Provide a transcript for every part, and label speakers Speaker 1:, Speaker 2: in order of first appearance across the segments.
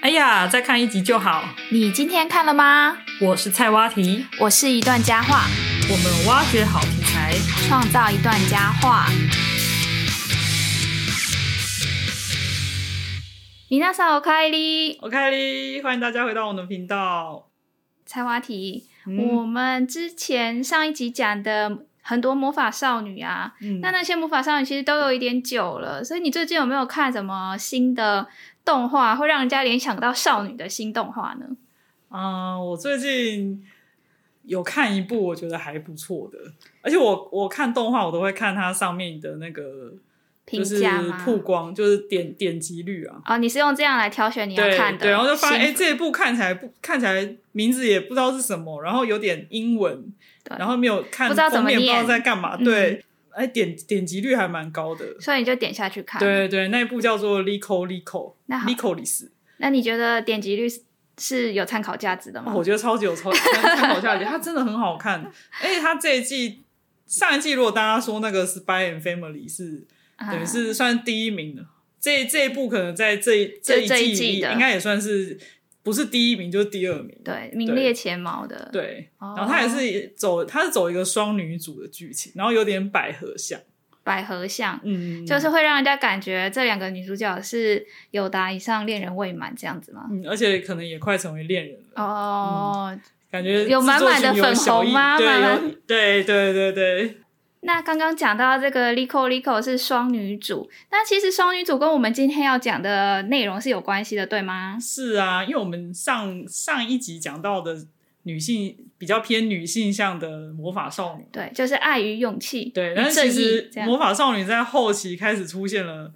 Speaker 1: 哎呀，再看一集就好。
Speaker 2: 你今天看了吗？
Speaker 1: 我是菜蛙题，
Speaker 2: 我是一段佳话，
Speaker 1: 我们挖掘好题材。
Speaker 2: 创造一段佳话。米娜さんおかえり。
Speaker 1: OK 哩，欢迎大家回到我们的频道。
Speaker 2: 菜花题，
Speaker 1: 嗯
Speaker 2: 我们之前上一集讲的很多魔法少女啊，
Speaker 1: 嗯
Speaker 2: 那那些魔法少女其实都有一点久了，所以你最近有没有看什么新的动画，会让人家联想到少女的新动画呢？
Speaker 1: 嗯，我最近有看一部，我觉得还不错的，而且我我看动画，我都会看它上面的那个
Speaker 2: 评
Speaker 1: 就是
Speaker 2: 价吗？
Speaker 1: 曝光，就是点点击率啊。
Speaker 2: 哦，你是用这样来挑选你要
Speaker 1: 对
Speaker 2: 看的新，
Speaker 1: 对，然后就发现哎、诶这一部看起来不看起来名字也不知道是什么，然后有点英文，
Speaker 2: 对
Speaker 1: 然后没有看
Speaker 2: 不知道怎
Speaker 1: 封
Speaker 2: 么
Speaker 1: 面，不知道
Speaker 2: 念
Speaker 1: 在干嘛。
Speaker 2: 嗯
Speaker 1: 对，哎、点点击率还蛮高的。
Speaker 2: 所以你就点下去看。，
Speaker 1: 对对，那一部叫做《Lico Lico
Speaker 2: 那》好，嗯
Speaker 1: ，Lico 里斯，
Speaker 2: 那你觉得点击率是是有参考价值的吗？
Speaker 1: 哦我觉得超级有超参考价值，它真的很好看。而且它这一季上一季，如果大家说那个《Spy and Family》是
Speaker 2: 啊
Speaker 1: 等于是算第一名的，这这一部可能在这这一
Speaker 2: 这一
Speaker 1: 季
Speaker 2: 季的
Speaker 1: 应该也算是不是第一名就是第二名。
Speaker 2: 对名列前茅的。，哦
Speaker 1: 对，
Speaker 2: 然
Speaker 1: 然后它也是走，它是走一个双女主的剧情，然后有点百合像，
Speaker 2: 百合像。
Speaker 1: 嗯，
Speaker 2: 就是会让人家感觉这两个女主角是有达以上恋人未满这样子吗？
Speaker 1: 嗯，而且可能也快成为恋人了，
Speaker 2: 哦，
Speaker 1: 感觉
Speaker 2: 有满满的
Speaker 1: 制作群有小
Speaker 2: 粉红吗
Speaker 1: 一对，
Speaker 2: 满
Speaker 1: 有
Speaker 2: 满
Speaker 1: 对对对对，
Speaker 2: 那刚刚讲到这个 Lico Lico 是双女主，那其实双女主跟我们今天要讲的内容是有关系的，对吗？
Speaker 1: 是啊，因为我们上上一集讲到的女性比较偏女性向的魔法少女，
Speaker 2: 对，就是爱与勇气，
Speaker 1: 对，
Speaker 2: 与
Speaker 1: 但是
Speaker 2: 正
Speaker 1: 其
Speaker 2: 义
Speaker 1: 实
Speaker 2: 这样
Speaker 1: 魔法少女在后期开始出现了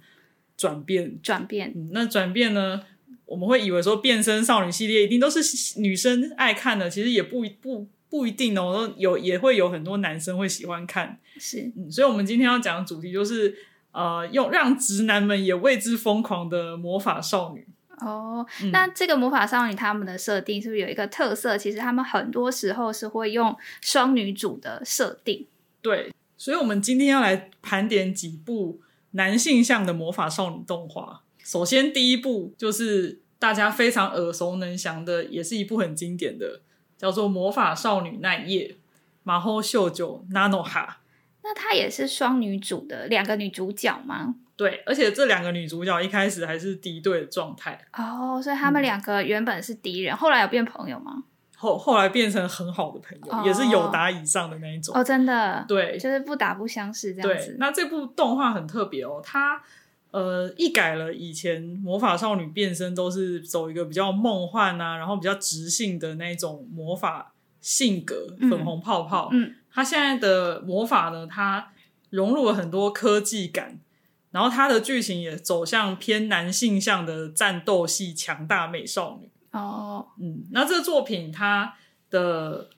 Speaker 1: 转变，
Speaker 2: 转变，
Speaker 1: 嗯，那转变呢？我们会以为说变身少女系列一定都是女生爱看的，其实也不一不不一定哦，有也会有很多男生会喜欢看。
Speaker 2: 是
Speaker 1: 嗯，所以我们今天要讲的主题就是呃，用让直男们也为之疯狂的魔法少女。
Speaker 2: 哦。
Speaker 1: 嗯
Speaker 2: 那这个魔法少女她们的设定是不是有一个特色？其实她们很多时候是会用双女主的设定。
Speaker 1: 对，所以我们今天要来盘点几部男性向的魔法少女动画。首先，第一部就是大家非常耳熟能详的，也是一部很经典的，叫做《魔法少女奈叶》马后秀九 Nano 哈。
Speaker 2: 那她也是双女主的两个女主角吗？
Speaker 1: 对，而且这两个女主角一开始还是敌对的状态，
Speaker 2: 哦，所以她
Speaker 1: 嗯
Speaker 2: 们两个原本是敌人，后来有变朋友吗？
Speaker 1: 后后来变成很好的朋友，
Speaker 2: 哦
Speaker 1: 也是友达以上的那一种。
Speaker 2: 哦，真的，
Speaker 1: 对，
Speaker 2: 就是不打不相识这样
Speaker 1: 对
Speaker 2: 子，。
Speaker 1: 那这部动画很特别哦，它呃一改了以前魔法少女变身都是走一个比较梦幻啊，然后比较直性的那种魔法性格，
Speaker 2: 嗯
Speaker 1: 粉红泡泡。
Speaker 2: 嗯，
Speaker 1: 它现在的魔法呢，它融入了很多科技感。然后它的剧情也走向偏男性向的战斗系强大美少女，
Speaker 2: 哦，
Speaker 1: 嗯，那这个作品它的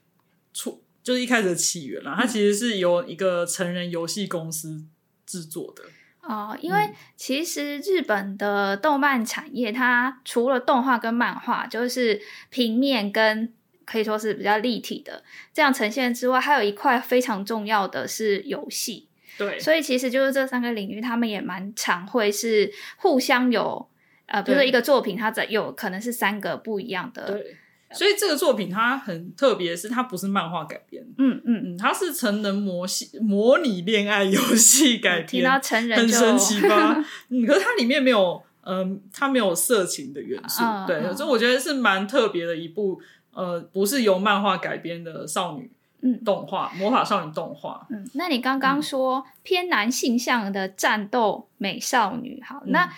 Speaker 1: 出就是一开始的起源啦，它其实是由一个成人游戏公司制作的。
Speaker 2: 哦，因
Speaker 1: 嗯
Speaker 2: 为其实日本的动漫产业，它除了动画跟漫画，就是平面跟可以说是比较立体的这样呈现之外，还有一块非常重要的是游戏。
Speaker 1: 对，
Speaker 2: 所以其实就是这三个领域，他们也蛮常会是互相有，呃，比如说
Speaker 1: 对
Speaker 2: 一个作品，它在有可能是三个不一样的，
Speaker 1: 对，所以这个作品它很特别，是它不是漫画改编，
Speaker 2: 嗯嗯，
Speaker 1: 嗯，它是成人模戏模拟恋爱游戏改
Speaker 2: 嗯听到
Speaker 1: 编，
Speaker 2: 成人
Speaker 1: 很
Speaker 2: 就
Speaker 1: 神奇吧？嗯，可是它里面没有，嗯，它没有色情的元素，
Speaker 2: 嗯
Speaker 1: 对，
Speaker 2: 嗯
Speaker 1: 所以我觉得是蛮特别的一部，呃，不是由漫画改编的少女
Speaker 2: 嗯
Speaker 1: 动画，魔法少女动画。
Speaker 2: 嗯，那你刚刚说偏男性向的战斗美少女，好，
Speaker 1: 嗯
Speaker 2: 那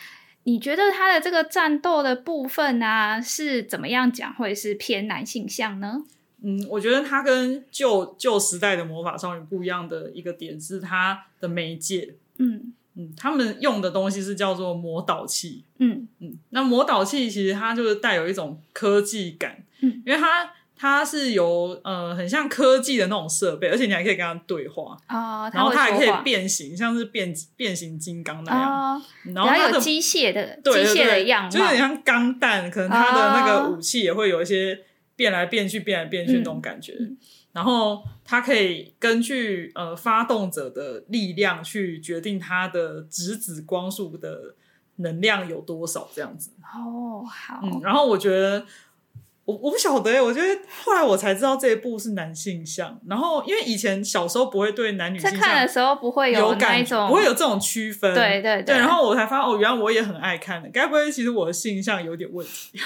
Speaker 2: 你觉得她的这个战斗的部分啊，是怎么样讲会是偏男性向呢？
Speaker 1: 嗯，我觉得它跟旧旧时代的魔法少女不一样的一个点是它的媒介。
Speaker 2: 嗯
Speaker 1: 嗯，他们用的东西是叫做魔导器。
Speaker 2: 嗯
Speaker 1: 嗯，那魔导器其实它就是带有一种科技感，
Speaker 2: 嗯，
Speaker 1: 因为它它是由呃很像科技的那种设备，而且你还可以跟它对话，
Speaker 2: 哦，
Speaker 1: 然后它
Speaker 2: 她
Speaker 1: 还
Speaker 2: 会
Speaker 1: 可
Speaker 2: 说
Speaker 1: 以
Speaker 2: 话
Speaker 1: 变形，像是变变形金刚那样。
Speaker 2: 哦，
Speaker 1: 然后
Speaker 2: 然
Speaker 1: 它
Speaker 2: 后有
Speaker 1: 的
Speaker 2: 机械的
Speaker 1: 对对
Speaker 2: 机械的
Speaker 1: 对，
Speaker 2: 样貌，
Speaker 1: 就是很像钢弹，可能它的那个
Speaker 2: 哦
Speaker 1: 武器也会有一些变来变去、变来变去那种感觉。
Speaker 2: 嗯
Speaker 1: 然后它可以根据呃发动者的力量去决定它的质子光束的能量有多少这样子。
Speaker 2: 哦，好，
Speaker 1: 嗯，然后我觉得，我我不晓得欸，我觉得后来我才知道这一部是男性向。然后因为以前小时候不会对男女
Speaker 2: 在
Speaker 1: 性
Speaker 2: 看的
Speaker 1: 向
Speaker 2: 时候不会
Speaker 1: 有
Speaker 2: 那
Speaker 1: 感
Speaker 2: 一
Speaker 1: 觉，
Speaker 2: 种，
Speaker 1: 不会有这种区分。
Speaker 2: 对对
Speaker 1: 对，然后我才发现哦，原来我也很爱看的，该不会其实我的性向有点问 题？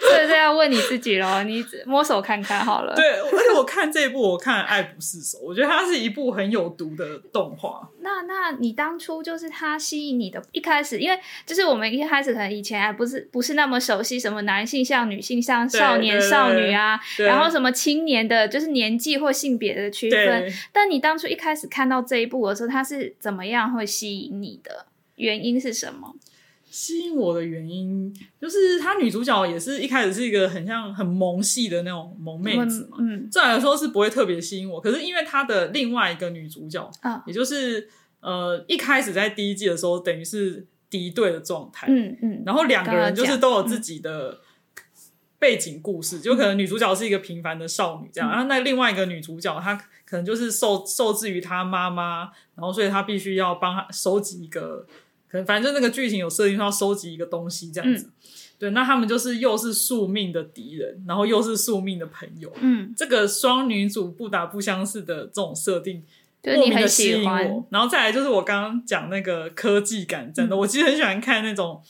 Speaker 2: 这是要问你自己咯，你只摸手看看好 了。
Speaker 1: 对，而且我看这一部，我看《爱不释手》，我觉得它是一部很有毒的动画。
Speaker 2: 那那你当初就是他吸引你的，一开始因为就是我们一开始可能以前还不是不是那么熟悉什么男性向、女性向、
Speaker 1: 对
Speaker 2: 少年
Speaker 1: 对
Speaker 2: 少
Speaker 1: 对
Speaker 2: 女啊，
Speaker 1: 对
Speaker 2: 然后什么青年的，就是年纪或性别的区分。
Speaker 1: 对，
Speaker 2: 但你当初一开始看到这一部的时候，它是怎么样会吸引你的？原因是什么？
Speaker 1: 吸引我的原因就是她女主角也是一开始是一个很像很萌系的那种萌妹子嘛，
Speaker 2: 嗯
Speaker 1: 照理来说是不会特别吸引我。可是因为她的另外一个女主角，
Speaker 2: 啊
Speaker 1: 也就是呃一开始在第一季的时候，等于是敌对的状态，
Speaker 2: 嗯嗯，
Speaker 1: 然后两个人就是
Speaker 2: 刚刚讲
Speaker 1: 都有自己的背景故事，就可能女主角是一个平凡的少女这样，
Speaker 2: 嗯
Speaker 1: 然后那另外一个女主角她可能就是受受制于她妈妈，然后所以她必须要帮她收集一个，可能反正就那个剧情有设定说要收集一个东西这样
Speaker 2: 嗯
Speaker 1: 子。对，那他们就是又是宿命的敌人，然后又是宿命的朋友。
Speaker 2: 嗯，
Speaker 1: 这个双女主不打不相识的这种设定，
Speaker 2: 就是
Speaker 1: 莫
Speaker 2: 你
Speaker 1: 名的
Speaker 2: 很
Speaker 1: 吸
Speaker 2: 喜
Speaker 1: 引
Speaker 2: 欢
Speaker 1: 我。然后再来就是我刚刚讲那个科技感真的，
Speaker 2: 嗯
Speaker 1: 我其实很喜欢看那种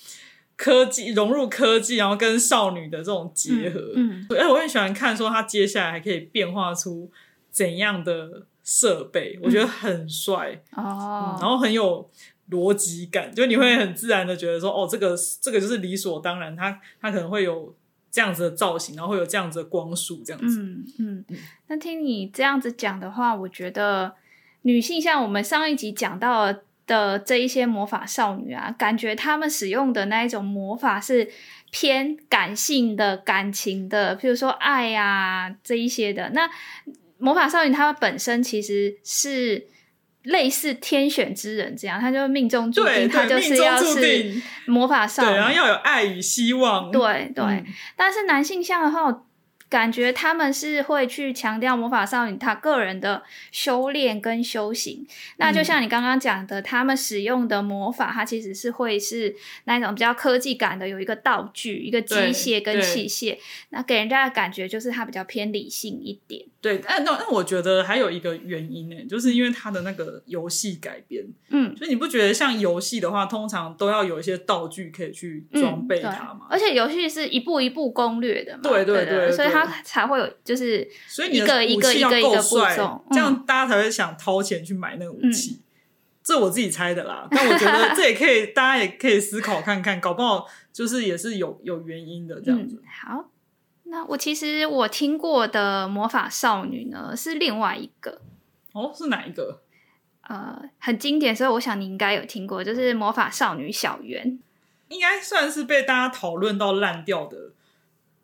Speaker 1: 科技融入科技，然后跟少女的这种结合。
Speaker 2: 嗯，嗯
Speaker 1: 对，而且我很喜欢看说他接下来还可以变化出怎样的设备，我觉得很帅，嗯然
Speaker 2: 嗯哦，
Speaker 1: 后很有。逻辑感，就你会很自然的觉得说，哦，这个这个就是理所当然，它它可能会有这样子的造型，然后会有这样子的光束，这样子。
Speaker 2: 嗯嗯。那听你这样子讲的话，我觉得女性像我们上一集讲到的这一些魔法少女啊，感觉她们使用的那一种魔法是偏感性的、感情的，譬如说爱啊这一些的。那魔法少女她们本身其实是。类似天选之人这样，她就命中注
Speaker 1: 对
Speaker 2: 定，她
Speaker 1: 对，
Speaker 2: 就
Speaker 1: 命
Speaker 2: 是要
Speaker 1: 中注
Speaker 2: 是
Speaker 1: 定，
Speaker 2: 魔法少
Speaker 1: 对，
Speaker 2: 女，
Speaker 1: 然后要有爱与希望，
Speaker 2: 对对、
Speaker 1: 嗯
Speaker 2: 但是男性向的话，我感觉他们是会去强调魔法少女她个人的修炼跟修行。那就像你刚刚讲的，他们使用的魔法，它其实是会是那一种比较科技感的，有一个道具、一个机
Speaker 1: 对
Speaker 2: 械跟
Speaker 1: 对
Speaker 2: 器械，那给人家的感觉就是它比较偏理性一点。
Speaker 1: 对，但那那我觉得还有一个原因呢，就是因为它的那个游戏改编，
Speaker 2: 嗯。
Speaker 1: 所以你不觉得像游戏的话，通常都要有一些道具可以去
Speaker 2: 嗯
Speaker 1: 装备
Speaker 2: 对
Speaker 1: 它嘛？
Speaker 2: 而且游戏是一步一步攻略的嘛，
Speaker 1: 对对
Speaker 2: 对
Speaker 1: 对对
Speaker 2: 所以它才会有就是
Speaker 1: 所以你的
Speaker 2: 一个一个
Speaker 1: 武器要
Speaker 2: 一个一个
Speaker 1: 够帅
Speaker 2: 步骤嗯
Speaker 1: 这样大家才会想掏钱去买那个武器。这我自己猜的啦，但我觉得这也可以，大家也可以思考看看，搞不好就是也是有有原因的这样子。
Speaker 2: 嗯、好，那我其实我听过的魔法少女呢是另外一个。
Speaker 1: 哦，是哪一个？
Speaker 2: 呃，很经典，所以我想你应该有听过，就是魔法少女小圆。
Speaker 1: 应该算是被大家讨论到烂掉的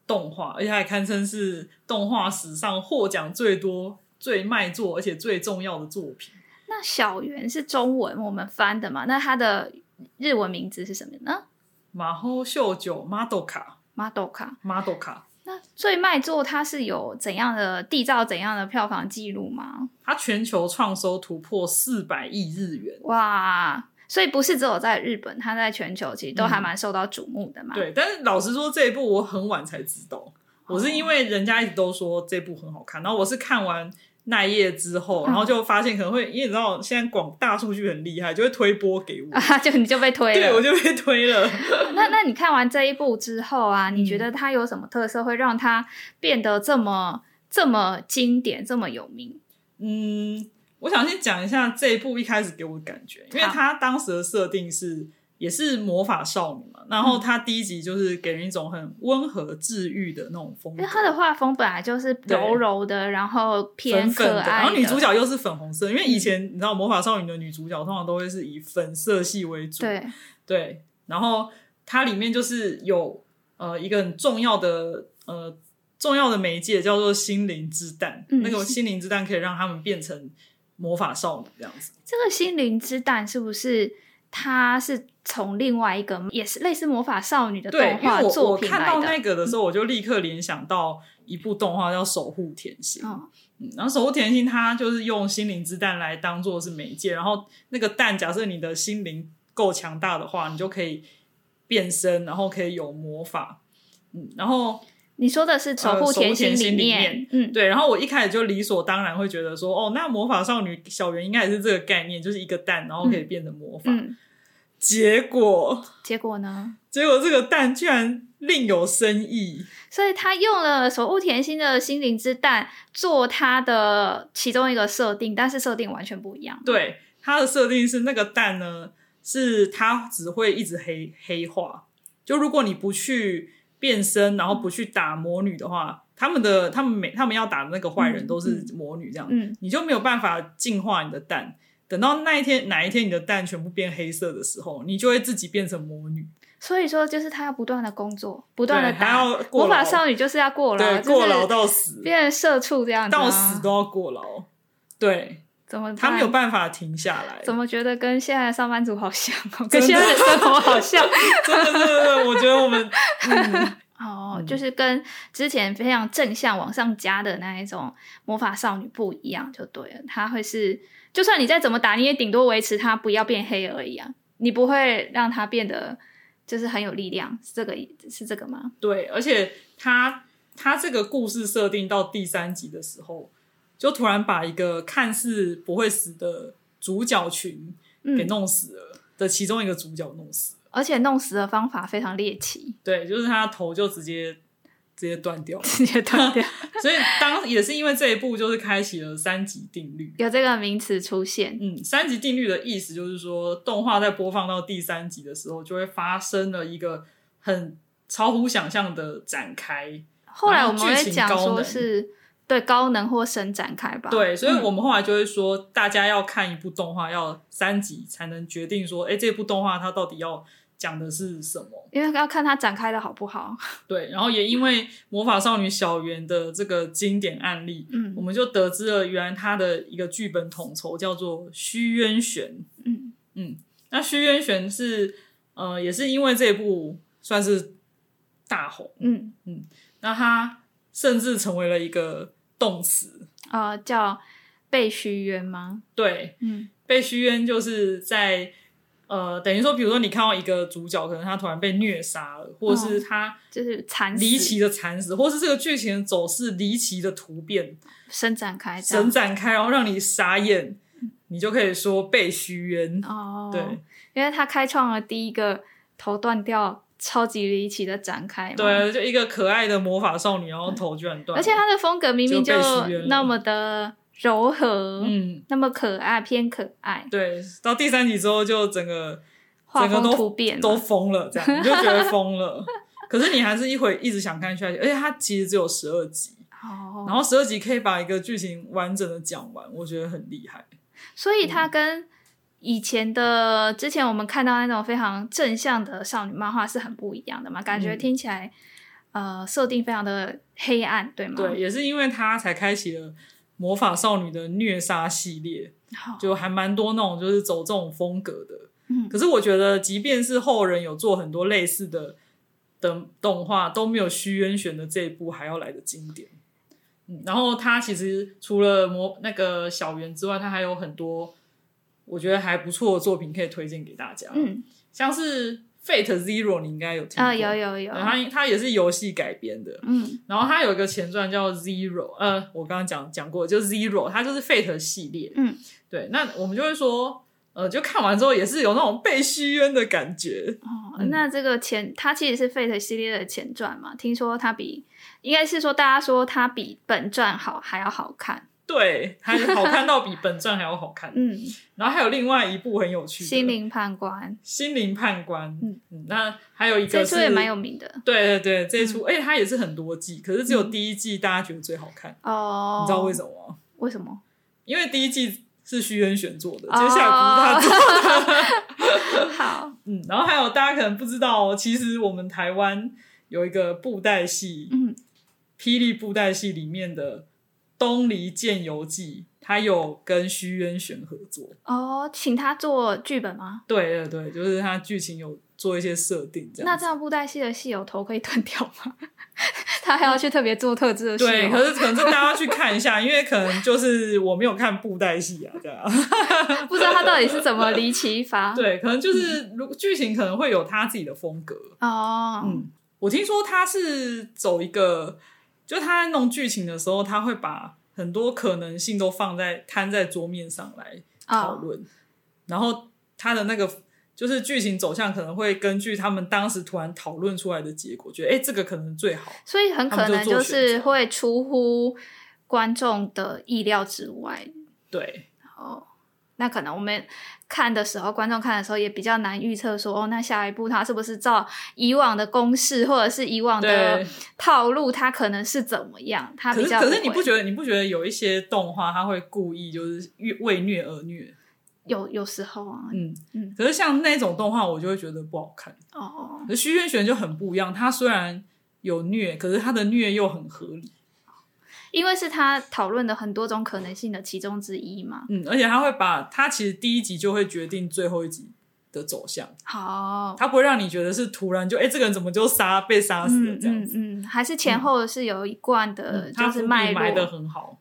Speaker 1: 动画，而且还堪称是动画史上获奖最多、最卖座，而且最重要的作品。
Speaker 2: 那小圆是中文我们翻的嘛？那它的日文名字是什么呢
Speaker 1: 马后秀九 Madoka
Speaker 2: ？Madoka。
Speaker 1: Madoka，
Speaker 2: 那最卖座它是有怎样的缔造怎样的票房记录吗？
Speaker 1: 它全球创收突破四百亿日元。
Speaker 2: 哇！所以不是只有在日本，它在全球其实都还
Speaker 1: 嗯
Speaker 2: 蛮受到瞩目的嘛。
Speaker 1: 对，但是老实说，这一部我很晚才知道，我是因为人家一直都说这部很好看，然后我是看完。奈叶之后，然后就发现可能会，因为你知道现在广大数据很厉害，就会推播给 我，
Speaker 2: 啊， 就你就被推了。
Speaker 1: 对我就被推了。
Speaker 2: 那那你看完这一部之后啊，你
Speaker 1: 嗯
Speaker 2: 觉得它有什么特色会让它变得这么这么经典、这么有名？
Speaker 1: 嗯，我想先讲一下这一部一开始给我的感觉，因为
Speaker 2: 好
Speaker 1: 它当时的设定是也是魔法少女嘛，然
Speaker 2: 嗯
Speaker 1: 后它第一集就是给人一种很温和治愈的那种风
Speaker 2: 因
Speaker 1: 格
Speaker 2: 为，它的画风本来就是
Speaker 1: 对
Speaker 2: 柔柔的，然后偏
Speaker 1: 粉
Speaker 2: 可
Speaker 1: 粉的，
Speaker 2: 爱嗯
Speaker 1: 然后女主角又是粉红色，因为以前你知道魔法少女的女主角通常都会是以粉色系为主，
Speaker 2: 对，
Speaker 1: 对，然后它里面就是有呃一个很重要的呃重要的媒介叫做心灵之蛋，
Speaker 2: 嗯
Speaker 1: 那个心灵之蛋可以让他们变成魔法少女这样子。
Speaker 2: 这个心灵之蛋是不是它是从另外一个也是类似魔法少女的
Speaker 1: 对，
Speaker 2: 动
Speaker 1: 因
Speaker 2: 画
Speaker 1: 为我
Speaker 2: 作
Speaker 1: 我
Speaker 2: 品
Speaker 1: 看
Speaker 2: 来
Speaker 1: 到
Speaker 2: 的？嗯
Speaker 1: 那个的时候，我就立刻联想到一部动画叫《守护甜心》。
Speaker 2: 哦，
Speaker 1: 嗯然后《守护甜心》它就是用心灵之蛋来当做是媒介，然后那个蛋，假设你的心灵够强大的话，你就可以变身，然后可以有魔法。嗯，然后
Speaker 2: 你说的是
Speaker 1: 呃
Speaker 2: 守护甜
Speaker 1: 心
Speaker 2: 理
Speaker 1: 念，
Speaker 2: 嗯，
Speaker 1: 对，然后我一开始就理所当然会觉得说，哦，那魔法少女小圆应该也是这个概念，就是一个蛋，然后可以变成魔法。
Speaker 2: 嗯，
Speaker 1: 结果，
Speaker 2: 结果呢？
Speaker 1: 结果这个蛋居然另有深意。
Speaker 2: 所以他用了守护甜心的心灵之蛋做他的其中一个设定，但是设定完全不一样。，
Speaker 1: 对，它的设定是那个蛋呢，是它只会一直黑黑化。就如果你不去变身，然后不去打魔女的话，他们的他们每他们要打的那个坏人
Speaker 2: 嗯
Speaker 1: 都是魔女，这样、
Speaker 2: 嗯，
Speaker 1: 你就没有办法净化你的蛋。等到那一天哪一天你的蛋全部变黑色的时候，你就会自己变成魔女，
Speaker 2: 所以说就是他要不断的工作，不
Speaker 1: 不
Speaker 2: 断的
Speaker 1: 还
Speaker 2: 打。
Speaker 1: 要过
Speaker 2: 魔法
Speaker 1: 劳，
Speaker 2: 少女就是要过劳，
Speaker 1: 对，
Speaker 2: 就是
Speaker 1: 过劳到死，
Speaker 2: 变成社畜这样子、啊，
Speaker 1: 到死都要过劳。对
Speaker 2: 怎么办
Speaker 1: 他没有办法停下来，
Speaker 2: 怎么觉得跟现在的上班族好像哦，跟
Speaker 1: 真的
Speaker 2: 现在的生活好像
Speaker 1: 真的真的真的，我觉得我们嗯
Speaker 2: 哦，就是跟之前非常正向往上加的那一种魔法少女不一样，就对了，它会是就算你再怎么打，你也顶多维持它不要变黑而已啊，你不会让它变得就是很有力量，是这个是这个吗？
Speaker 1: 对，而且他他这个故事设定到第三集的时候，就突然把一个看似不会死的主角群给
Speaker 2: 嗯，
Speaker 1: 弄死了、的其中一个主角弄死了，
Speaker 2: 而且弄死的方法非常猎 奇，。
Speaker 1: 对，就是他头就直接直接断掉了
Speaker 2: 直接 断掉，
Speaker 1: 所以当也是因为这一部，就是开启了三级定律。
Speaker 2: 有这个名词出现，
Speaker 1: 嗯，三级定律的意思就是说，动画在播放到第三集的时候，就会发生了一个很超乎想象的展开。
Speaker 2: 后来
Speaker 1: 然
Speaker 2: 我
Speaker 1: 后
Speaker 2: 们
Speaker 1: 剧
Speaker 2: 会
Speaker 1: 情
Speaker 2: 讲
Speaker 1: 高
Speaker 2: 说
Speaker 1: 能
Speaker 2: 是对高能或伸展开吧，
Speaker 1: 对，所以
Speaker 2: 嗯
Speaker 1: 我们后来就会说，大家要看一部动画要三集才能决定说，哎、这部动画它到底要讲的是什么？
Speaker 2: 因为要看它展开的好不好。
Speaker 1: 对，然后也因为《魔法少女小圆》的这个经典案例，我
Speaker 2: 嗯
Speaker 1: 们就得知了原来它的一个剧本统筹叫做虚渊玄。
Speaker 2: 嗯
Speaker 1: 那虚渊玄是呃，也是因为这部算是大红，
Speaker 2: 嗯，
Speaker 1: 那它甚至成为了一个动词。
Speaker 2: 呃，叫被虚冤吗？
Speaker 1: 对，
Speaker 2: 嗯
Speaker 1: 被虚冤就是在呃，等于说，比如说你看到一个主角，可能他突然被虐杀了，或者是
Speaker 2: 嗯
Speaker 1: 他
Speaker 2: 就是惨死
Speaker 1: 离奇的惨死，或是这个剧情的走势离奇的突变，
Speaker 2: 伸展开这
Speaker 1: 神
Speaker 2: 样。
Speaker 1: 展开，然后让你傻眼，你就可以说被虚冤。
Speaker 2: 哦，
Speaker 1: 对，
Speaker 2: 因为他开创了第一个头断掉、超级离奇的展开嘛。。
Speaker 1: 对，啊就一个可爱的魔法少女，然后头居然断了，
Speaker 2: 而且他的风格明明
Speaker 1: 就被虚冤了
Speaker 2: 那么的柔和，
Speaker 1: 嗯，
Speaker 2: 那么可爱，偏可爱，
Speaker 1: 对，到第三集之后就整个
Speaker 2: 画
Speaker 1: 整个
Speaker 2: 风
Speaker 1: 都
Speaker 2: 突变嘛，
Speaker 1: 都疯了，这样你就觉得疯 了。可是你还是一会一直想看下去，而且它其实只有十二集，
Speaker 2: 哦，
Speaker 1: 然后十二集可以把一个剧情完整的讲完，我觉得很厉害。
Speaker 2: 所以它跟以前的、之前我们看到那种非常正向的少女漫画是很不一样的嘛，感觉
Speaker 1: 嗯
Speaker 2: 听起来、呃设定非常的黑暗，对吗？
Speaker 1: 对，，也是因为它才开启了魔法少女的虐杀系列，
Speaker 2: 好，
Speaker 1: 就还蛮多那种就是走这种风格的。
Speaker 2: 嗯
Speaker 1: 可是我觉得，即便是后人有做很多类似的的动画，都没有虚渊玄的这一部还要来的经典。嗯，然后它其实除了魔那个小圆之外，它还有很多我觉得还不错的作品可以推荐给大家。，
Speaker 2: 嗯
Speaker 1: 像是 Fate Zero，你应该有听过？
Speaker 2: 啊、有有有，
Speaker 1: 对它它也是游戏改编的，
Speaker 2: 嗯
Speaker 1: 然后它有一个前传叫 Zero，呃，我刚刚讲讲过，就 Zero，它就是 Fate 系列。
Speaker 2: 嗯，
Speaker 1: 对，那我们就会说，呃，就看完之后也是有那种被虚冤的感觉。
Speaker 2: 哦，
Speaker 1: 嗯
Speaker 2: 那这个前它其实是 Fate 系列的前传嘛，听说它比应该是说大家说它比本传好还要好看，
Speaker 1: 对，它好看到比本传还要好看。
Speaker 2: 嗯，
Speaker 1: 然后还有另外一部很有趣的，
Speaker 2: 心灵判官
Speaker 1: 心灵判官。
Speaker 2: 嗯
Speaker 1: 嗯，那还有一
Speaker 2: 这
Speaker 1: 个
Speaker 2: 出
Speaker 1: 是
Speaker 2: 也蛮有嗯名的
Speaker 1: 对对对，这一出，哎、它也是很多季，可是只有第一季大家觉得最好看，
Speaker 2: 嗯哦，
Speaker 1: 你知道为什
Speaker 2: 么？
Speaker 1: 么吗？
Speaker 2: 为 什么？
Speaker 1: 因为第一季是徐渊玄做的，
Speaker 2: 哦
Speaker 1: 接下来不是他做。
Speaker 2: 好，
Speaker 1: 嗯，然后还有大家可能不知道哦，其实我们台湾有一个布袋戏，
Speaker 2: 嗯，
Speaker 1: 霹雳布袋戏里面的《东离剑游记》，它有跟徐渊玄合作。
Speaker 2: 哦，请他做剧本吗？
Speaker 1: 对对对，就是它剧情有做一些设定，这样
Speaker 2: 那这样布袋戏的戏有头可以断掉吗？他还要去特别做特制的事、
Speaker 1: 对，
Speaker 2: 哦。
Speaker 1: 可是可能这大家要去看一下，因为可能就是我没有看布袋戏啊，这样。
Speaker 2: 不知道他到底是怎么离奇法。
Speaker 1: 对，可能就是如剧情可能会有他自己的风格。
Speaker 2: 哦，
Speaker 1: 嗯，我听说他是走一个，就他在弄剧情的时候，他会把很多可能性都放在摊在桌面上来讨
Speaker 2: 哦，
Speaker 1: 论，然后他的那个就是剧情走向可能会根据他们当时突然讨论出来的结果，觉得哎、诶这个可能最好。
Speaker 2: 所以很可
Speaker 1: 他们
Speaker 2: 能
Speaker 1: 就做
Speaker 2: 就
Speaker 1: 选择
Speaker 2: 是会出乎观众的意料之外。
Speaker 1: 对，
Speaker 2: 哦，那可能我们看的时候，观众看的时候也比较难预测说，哦，那下一步他是不是照以往的公式或者是以往的
Speaker 1: 对。
Speaker 2: 套路，他可能是怎么样？他
Speaker 1: 可
Speaker 2: 比
Speaker 1: 是
Speaker 2: 较
Speaker 1: 可是你
Speaker 2: 会
Speaker 1: 不觉得你不觉得有一些动画他会故意就是越为虐而虐？
Speaker 2: 有有时候啊，
Speaker 1: 嗯
Speaker 2: 嗯
Speaker 1: 可是像那种动画，我就会觉得不好看。
Speaker 2: 哦，
Speaker 1: 可是虚渊玄就很不一样，他虽然有虐，可是他的虐又很合理，
Speaker 2: 因为是他讨论的很多种可能性的其中之一嘛。
Speaker 1: 嗯，而且他会把他其实第一集就会决定最后一集的走向，
Speaker 2: 好，
Speaker 1: 他不会让你觉得是突然就哎、诶这个人怎么就杀被杀死了
Speaker 2: 嗯
Speaker 1: 这样
Speaker 2: 嗯
Speaker 1: 子，
Speaker 2: 嗯，还是前后是有一贯的，
Speaker 1: 他
Speaker 2: 就
Speaker 1: 伏
Speaker 2: 是
Speaker 1: 笔
Speaker 2: 脉
Speaker 1: 埋的
Speaker 2: 络。
Speaker 1: 很好，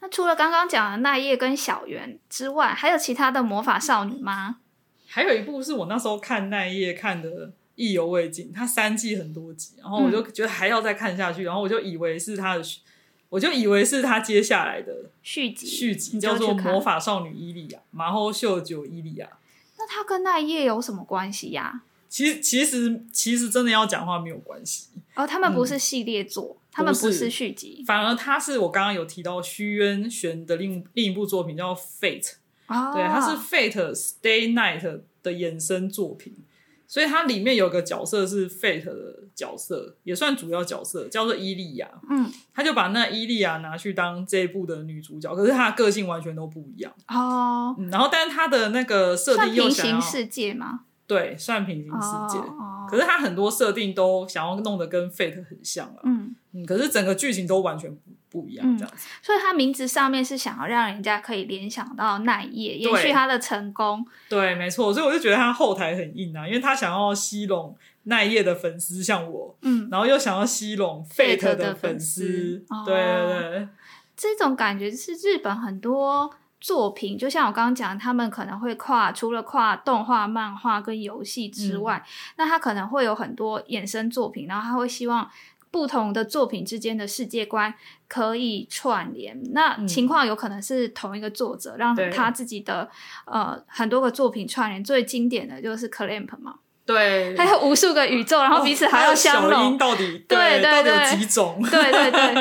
Speaker 2: 那除了刚刚讲的那叶跟小圆之外，还有其他的魔法少女吗？
Speaker 1: 还有一部是我那时候看那一页看的意犹未尽，它三季很多集，然后我就
Speaker 2: 嗯
Speaker 1: 觉得还要再看下去，然后我就以为是他的续，我就以为是他接下来的
Speaker 2: 续集，
Speaker 1: 续集
Speaker 2: 你就
Speaker 1: 叫做
Speaker 2: 去
Speaker 1: 《
Speaker 2: 看
Speaker 1: 魔法少女伊利亚》，马后秀九伊利亚。
Speaker 2: 那它跟那一页有什么关系呀、
Speaker 1: 其实其实其实真的要讲话没有关系，
Speaker 2: 哦，他们不是系列作，他们
Speaker 1: 嗯不
Speaker 2: 不
Speaker 1: 是
Speaker 2: 是续集
Speaker 1: 反而他是我刚刚有提到虚渊玄的另另一部作品叫《Fate》，
Speaker 2: 哦。
Speaker 1: 对，它是《Fate Stay Night》的衍生作品，所以它里面有个角色是 Fate 的角色，也算主要角色，叫做伊利亚。
Speaker 2: 嗯
Speaker 1: 他就把那伊利亚拿去当这一部的女主角，可是她的个性完全都不一样。
Speaker 2: 哦，
Speaker 1: 嗯，然后但是她的那个设
Speaker 2: 算
Speaker 1: 定又
Speaker 2: 平
Speaker 1: 想要
Speaker 2: 行世界吗？
Speaker 1: 对算平行世界，
Speaker 2: 哦，
Speaker 1: 可是她很多设定都想要弄得跟 Fate 很像啊。
Speaker 2: 嗯，
Speaker 1: 嗯，可是整个剧情都完全不不一样，
Speaker 2: 嗯
Speaker 1: 这样子。
Speaker 2: 所以它名字上面是想要让人家可以联想到那一页，延续它的成功。
Speaker 1: 对，没错，所以我就觉得他后台很硬啊，因为他想要吸拢奈叶的粉丝，像我，
Speaker 2: 嗯，
Speaker 1: 然后又想要吸拢
Speaker 2: Fate
Speaker 1: 的
Speaker 2: 的
Speaker 1: 粉
Speaker 2: 粉
Speaker 1: 丝
Speaker 2: 丝哦，
Speaker 1: 对对对，
Speaker 2: 这种感觉是日本很多。作品就像我刚刚讲，他们可能会跨除了跨动画、漫画跟游戏
Speaker 1: 嗯
Speaker 2: 之外，那他可能会有很多衍生作品，然后他会希望不同的作品之间的世界观可以串联。那
Speaker 1: 嗯
Speaker 2: 情况有可能是同一个作者，让
Speaker 1: 对
Speaker 2: 他自己的呃很多个作品串联。最经典的就是 Clamp 嘛，
Speaker 1: 对
Speaker 2: 还有无数个宇宙，然后彼此还要相
Speaker 1: 哦小
Speaker 2: 融
Speaker 1: 樱。到底
Speaker 2: 对对
Speaker 1: 到底有
Speaker 2: 对
Speaker 1: 几种？
Speaker 2: 对对对，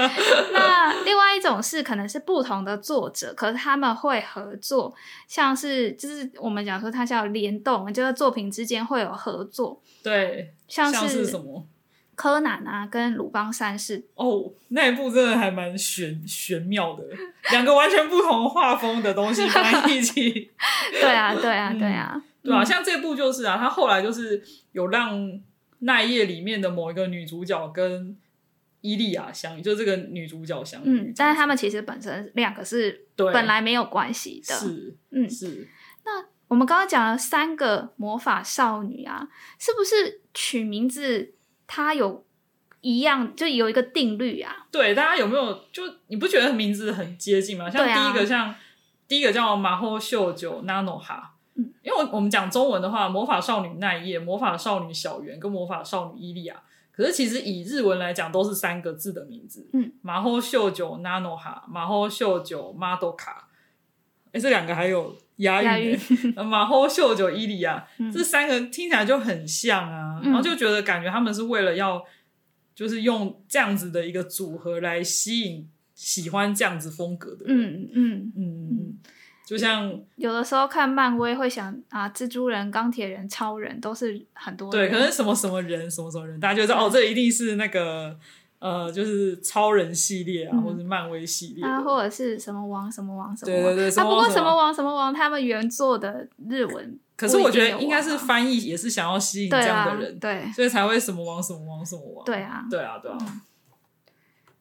Speaker 2: 那另外一种是可能是不同的作者，可是他们会合作，像是就是我们讲说它叫联动，就是作品之间会有合作，
Speaker 1: 对，
Speaker 2: 像
Speaker 1: 像
Speaker 2: 是
Speaker 1: 什么？
Speaker 2: 柯南啊跟鲁邦三世，
Speaker 1: 哦，那一部真的还蛮玄玄妙的，两个完全不同画风的东西放在一起，
Speaker 2: 对啊对啊
Speaker 1: 嗯
Speaker 2: 对啊，
Speaker 1: 对啊，像这部就是啊，他后来就是有让奈叶里面的某一个女主角跟伊利亚相遇，就这个女主角相遇。
Speaker 2: 嗯，但是他们其实本身两个是
Speaker 1: 对，
Speaker 2: 本来没有关系的，
Speaker 1: 是
Speaker 2: 嗯，
Speaker 1: 是，
Speaker 2: 我们刚刚讲了三个魔法少女啊，是不是取名字它有一样，就有一个定律啊？
Speaker 1: 对，大家有没有就你不觉得名字很接近吗？像
Speaker 2: 对啊
Speaker 1: 第一个像、第一个叫马后秀九 Nano 哈。
Speaker 2: 嗯
Speaker 1: 因为我我们讲中文的话，魔法少女奈叶、魔法少女小圆跟魔法少女伊利亚，可是其实以日文来讲都是三个字的名字。
Speaker 2: 嗯，
Speaker 1: 马后秀九 Nano 哈，马后秀九 Mado 卡，哎，这两个还有押
Speaker 2: 押
Speaker 1: 韵
Speaker 2: 韵
Speaker 1: 欸。马后秀九伊利亚，
Speaker 2: 嗯
Speaker 1: 这三个听起来就很像啊，然
Speaker 2: 嗯
Speaker 1: 后就觉得感觉他们是为了要，就是用这样子的一个组合来吸引喜欢这样子风格的人。
Speaker 2: 嗯嗯，
Speaker 1: 嗯嗯，就像
Speaker 2: 有的时候看漫威会想啊，蜘蛛人、钢铁人、超人都是很多
Speaker 1: 对，
Speaker 2: 人
Speaker 1: 可能什么什么人，什么什么人，大家就知道哦，这一定是那个呃，就是超人系列啊，
Speaker 2: 嗯
Speaker 1: 或者是漫威系列的。
Speaker 2: 啊，或者是什么王什么王什么王，
Speaker 1: 对对对什
Speaker 2: 啊，
Speaker 1: 么
Speaker 2: 不
Speaker 1: 王
Speaker 2: 过
Speaker 1: 什
Speaker 2: 什
Speaker 1: 么
Speaker 2: 么王什么王，他们原作的日文
Speaker 1: 可是我觉
Speaker 2: 不一定有
Speaker 1: 得
Speaker 2: 啊
Speaker 1: 应该是翻译也是想要吸引这
Speaker 2: 对
Speaker 1: 样
Speaker 2: 啊
Speaker 1: 的人，，
Speaker 2: 对
Speaker 1: 所以才会什么王什么王什么王。
Speaker 2: 对啊。
Speaker 1: 对啊，对啊。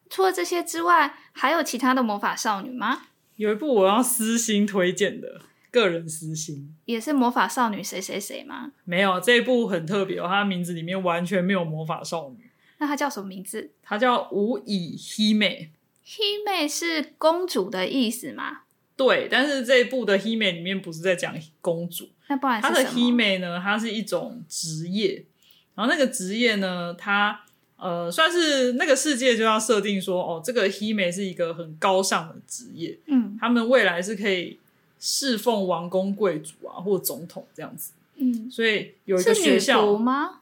Speaker 2: 除了这些之外，还有其他的魔法少女吗？
Speaker 1: 有一部我要私心推荐的，个人私心。
Speaker 2: 也是魔法少女谁谁谁吗？
Speaker 1: 没有，这一部很特别、哦，它名字里面完全没有魔法少女，
Speaker 2: 那她叫什么名字？
Speaker 1: 它叫无以希美。
Speaker 2: 黑妹是公主的意思吗？
Speaker 1: 对，但是这一部的 Hime 里面不是在讲公主，
Speaker 2: 那不然
Speaker 1: 它
Speaker 2: 是
Speaker 1: 的
Speaker 2: 什么
Speaker 1: Hime 呢，它是一种职业，然后那个职业呢，它呃算是那个世界就要设定说，哦，这个 Hime 是一个很高尚的职业，
Speaker 2: 嗯
Speaker 1: 他们未来是可以侍奉王公贵族啊或总统这样子，
Speaker 2: 嗯，
Speaker 1: 所以有一个
Speaker 2: 是女
Speaker 1: 学
Speaker 2: 仆
Speaker 1: 校
Speaker 2: 吗？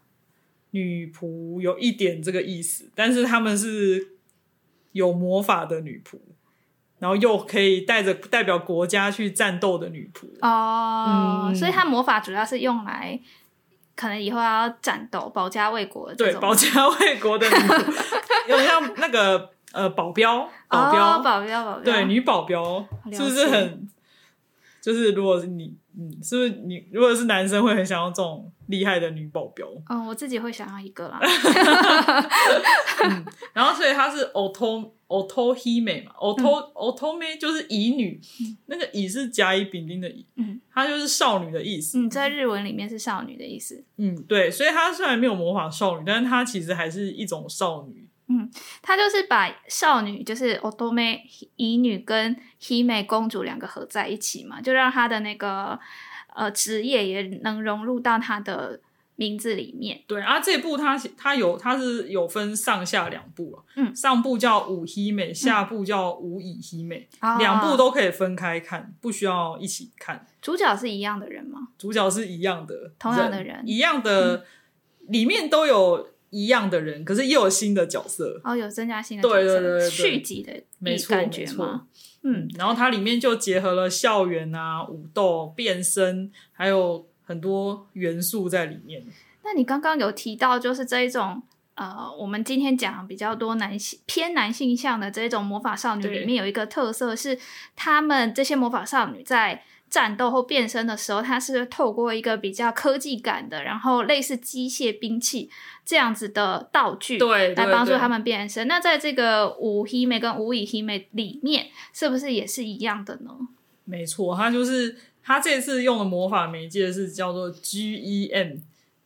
Speaker 1: 女仆有一点这个意思，但是他们是有魔法的女仆。然后又可以带着代表国家去战斗的女仆
Speaker 2: 哦，
Speaker 1: 嗯
Speaker 2: 所以她魔法主要是用来，可能以后要战斗、保家卫国的这
Speaker 1: 对，
Speaker 2: 种
Speaker 1: 保家卫国的女仆， 有点像那个呃保镖，保镖，
Speaker 2: 哦保镖保镖，
Speaker 1: 对，女保镖
Speaker 2: 解
Speaker 1: 是不是很？就是如果是你，嗯，是不是你？如果是男生会很想要这种厉害的女保镖，
Speaker 2: 嗯，我自己会想要一个 啦。
Speaker 1: 然后所以她是 oto oto hime 嘛，oto
Speaker 2: 嗯
Speaker 1: oto me 就是乙女，那个乙是甲乙丙丁的乙，
Speaker 2: 嗯
Speaker 1: 她就是少女的意思。
Speaker 2: 嗯，在日文里面是少女的意思。
Speaker 1: 嗯，对，所以她虽然没有魔法少女，但是她其实还是一种少女。
Speaker 2: 她就是把少女，就是 otome 乙女跟 hime 公主两个合在一起嘛，就让她的那个呃职业也能融入到她的名字里面。
Speaker 1: 对啊，这部它它有它是有分上下两部啊，
Speaker 2: 嗯
Speaker 1: 上部叫五希美，下部叫五乙希美，
Speaker 2: 哦
Speaker 1: 两部都可以分开看，不需要一起看，
Speaker 2: 主角是一样的人吗？
Speaker 1: 主角是一样的，
Speaker 2: 同样的人嗯
Speaker 1: 一样的，里面都有一样的人，可是也有新的角色，
Speaker 2: 哦，有增加新的
Speaker 1: 对
Speaker 2: 角
Speaker 1: 对
Speaker 2: 色
Speaker 1: 对对对
Speaker 2: 续集的
Speaker 1: 没错
Speaker 2: 感觉
Speaker 1: 没错
Speaker 2: 吗？嗯，
Speaker 1: 然后它里面就结合了校园啊、武斗、变身，还有很多元素在里面。
Speaker 2: 那你刚刚有提到，就是这一种呃，我们今天讲比较多男性偏男性向的这种魔法少女
Speaker 1: 对
Speaker 2: 里面有一个特色是，他们这些魔法少女在战斗或变身的时候，它是透过一个比较科技感的，然后类似机械兵器这样子的道具。
Speaker 1: 对，
Speaker 2: 来帮助
Speaker 1: 对
Speaker 2: 他。们变身。那在这个五 h 妹跟五乙 h 妹里面，是不是也是一样的呢？
Speaker 1: 没错，他就是他这次用的魔法媒介是叫做 GEM，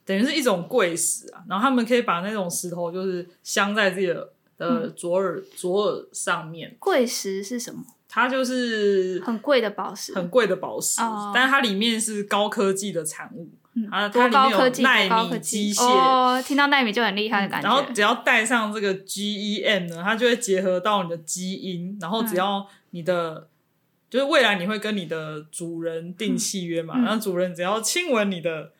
Speaker 1: 等于是一种跪石啊。然后他们可以把那种石头就是镶在自己的
Speaker 2: 嗯
Speaker 1: 呃左耳左耳上面，
Speaker 2: 贵石是什么？
Speaker 1: 它就是
Speaker 2: 很贵的宝石，
Speaker 1: 很贵的宝石，
Speaker 2: 哦
Speaker 1: 但是它里面是高科技的产物，
Speaker 2: 嗯
Speaker 1: 啊
Speaker 2: 多
Speaker 1: 它
Speaker 2: 高
Speaker 1: 里面
Speaker 2: 科
Speaker 1: 有
Speaker 2: 技，
Speaker 1: 纳米
Speaker 2: 多高科技
Speaker 1: 机械
Speaker 2: 哦，听到纳米就很厉害的感觉。
Speaker 1: 然后只要带上这个 GEM 呢，它就会结合到你的基因，然后
Speaker 2: 嗯
Speaker 1: 只要你的、就是未来你会跟你的主人订契约嘛，
Speaker 2: 嗯嗯
Speaker 1: 然后主人只要亲吻你的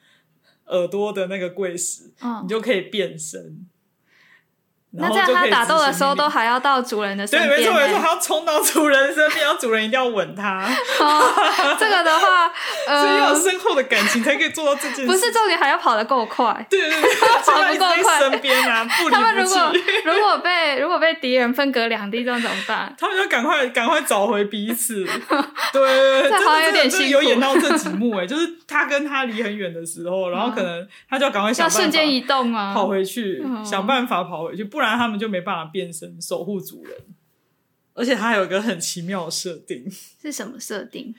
Speaker 1: 耳朵的那个柜石，你
Speaker 2: 嗯，
Speaker 1: 就可以变身。然
Speaker 2: 那
Speaker 1: 后
Speaker 2: 这样
Speaker 1: 就可
Speaker 2: 他
Speaker 1: 以
Speaker 2: 打
Speaker 1: 执行
Speaker 2: 斗的时候
Speaker 1: 命令
Speaker 2: 都还要到主人的身
Speaker 1: 对，
Speaker 2: 边、
Speaker 1: 没错没错，还要冲到主人身边，然后主人一定要吻它，
Speaker 2: 哦， 这个 的话，
Speaker 1: 所以要
Speaker 2: 呃
Speaker 1: 有，深厚的感情才可以做到这件事。
Speaker 2: 不是重点，还要跑得够快。
Speaker 1: 对对对，就要一直
Speaker 2: 跑不够快
Speaker 1: 在身边 啊，不离
Speaker 2: 他们如
Speaker 1: 不
Speaker 2: 果
Speaker 1: 弃。
Speaker 2: 如果被如果被敌人分隔两地，这样怎么办？
Speaker 1: 他们要赶快赶快找回彼 此。对，
Speaker 2: 这
Speaker 1: 真
Speaker 2: 好像
Speaker 1: 的
Speaker 2: 有
Speaker 1: 真的真的
Speaker 2: 点辛
Speaker 1: 有
Speaker 2: 苦
Speaker 1: 演到这几幕哎、 就是他跟他离很远的时候，然后可能他就要赶快想
Speaker 2: 嗯要
Speaker 1: 办法
Speaker 2: 瞬间移动吗？
Speaker 1: 跑回去，
Speaker 2: 嗯
Speaker 1: 想办法跑回去，不然他们就没办法变身守护主人。而且他有一个很奇妙的设定，
Speaker 2: 是什么设定？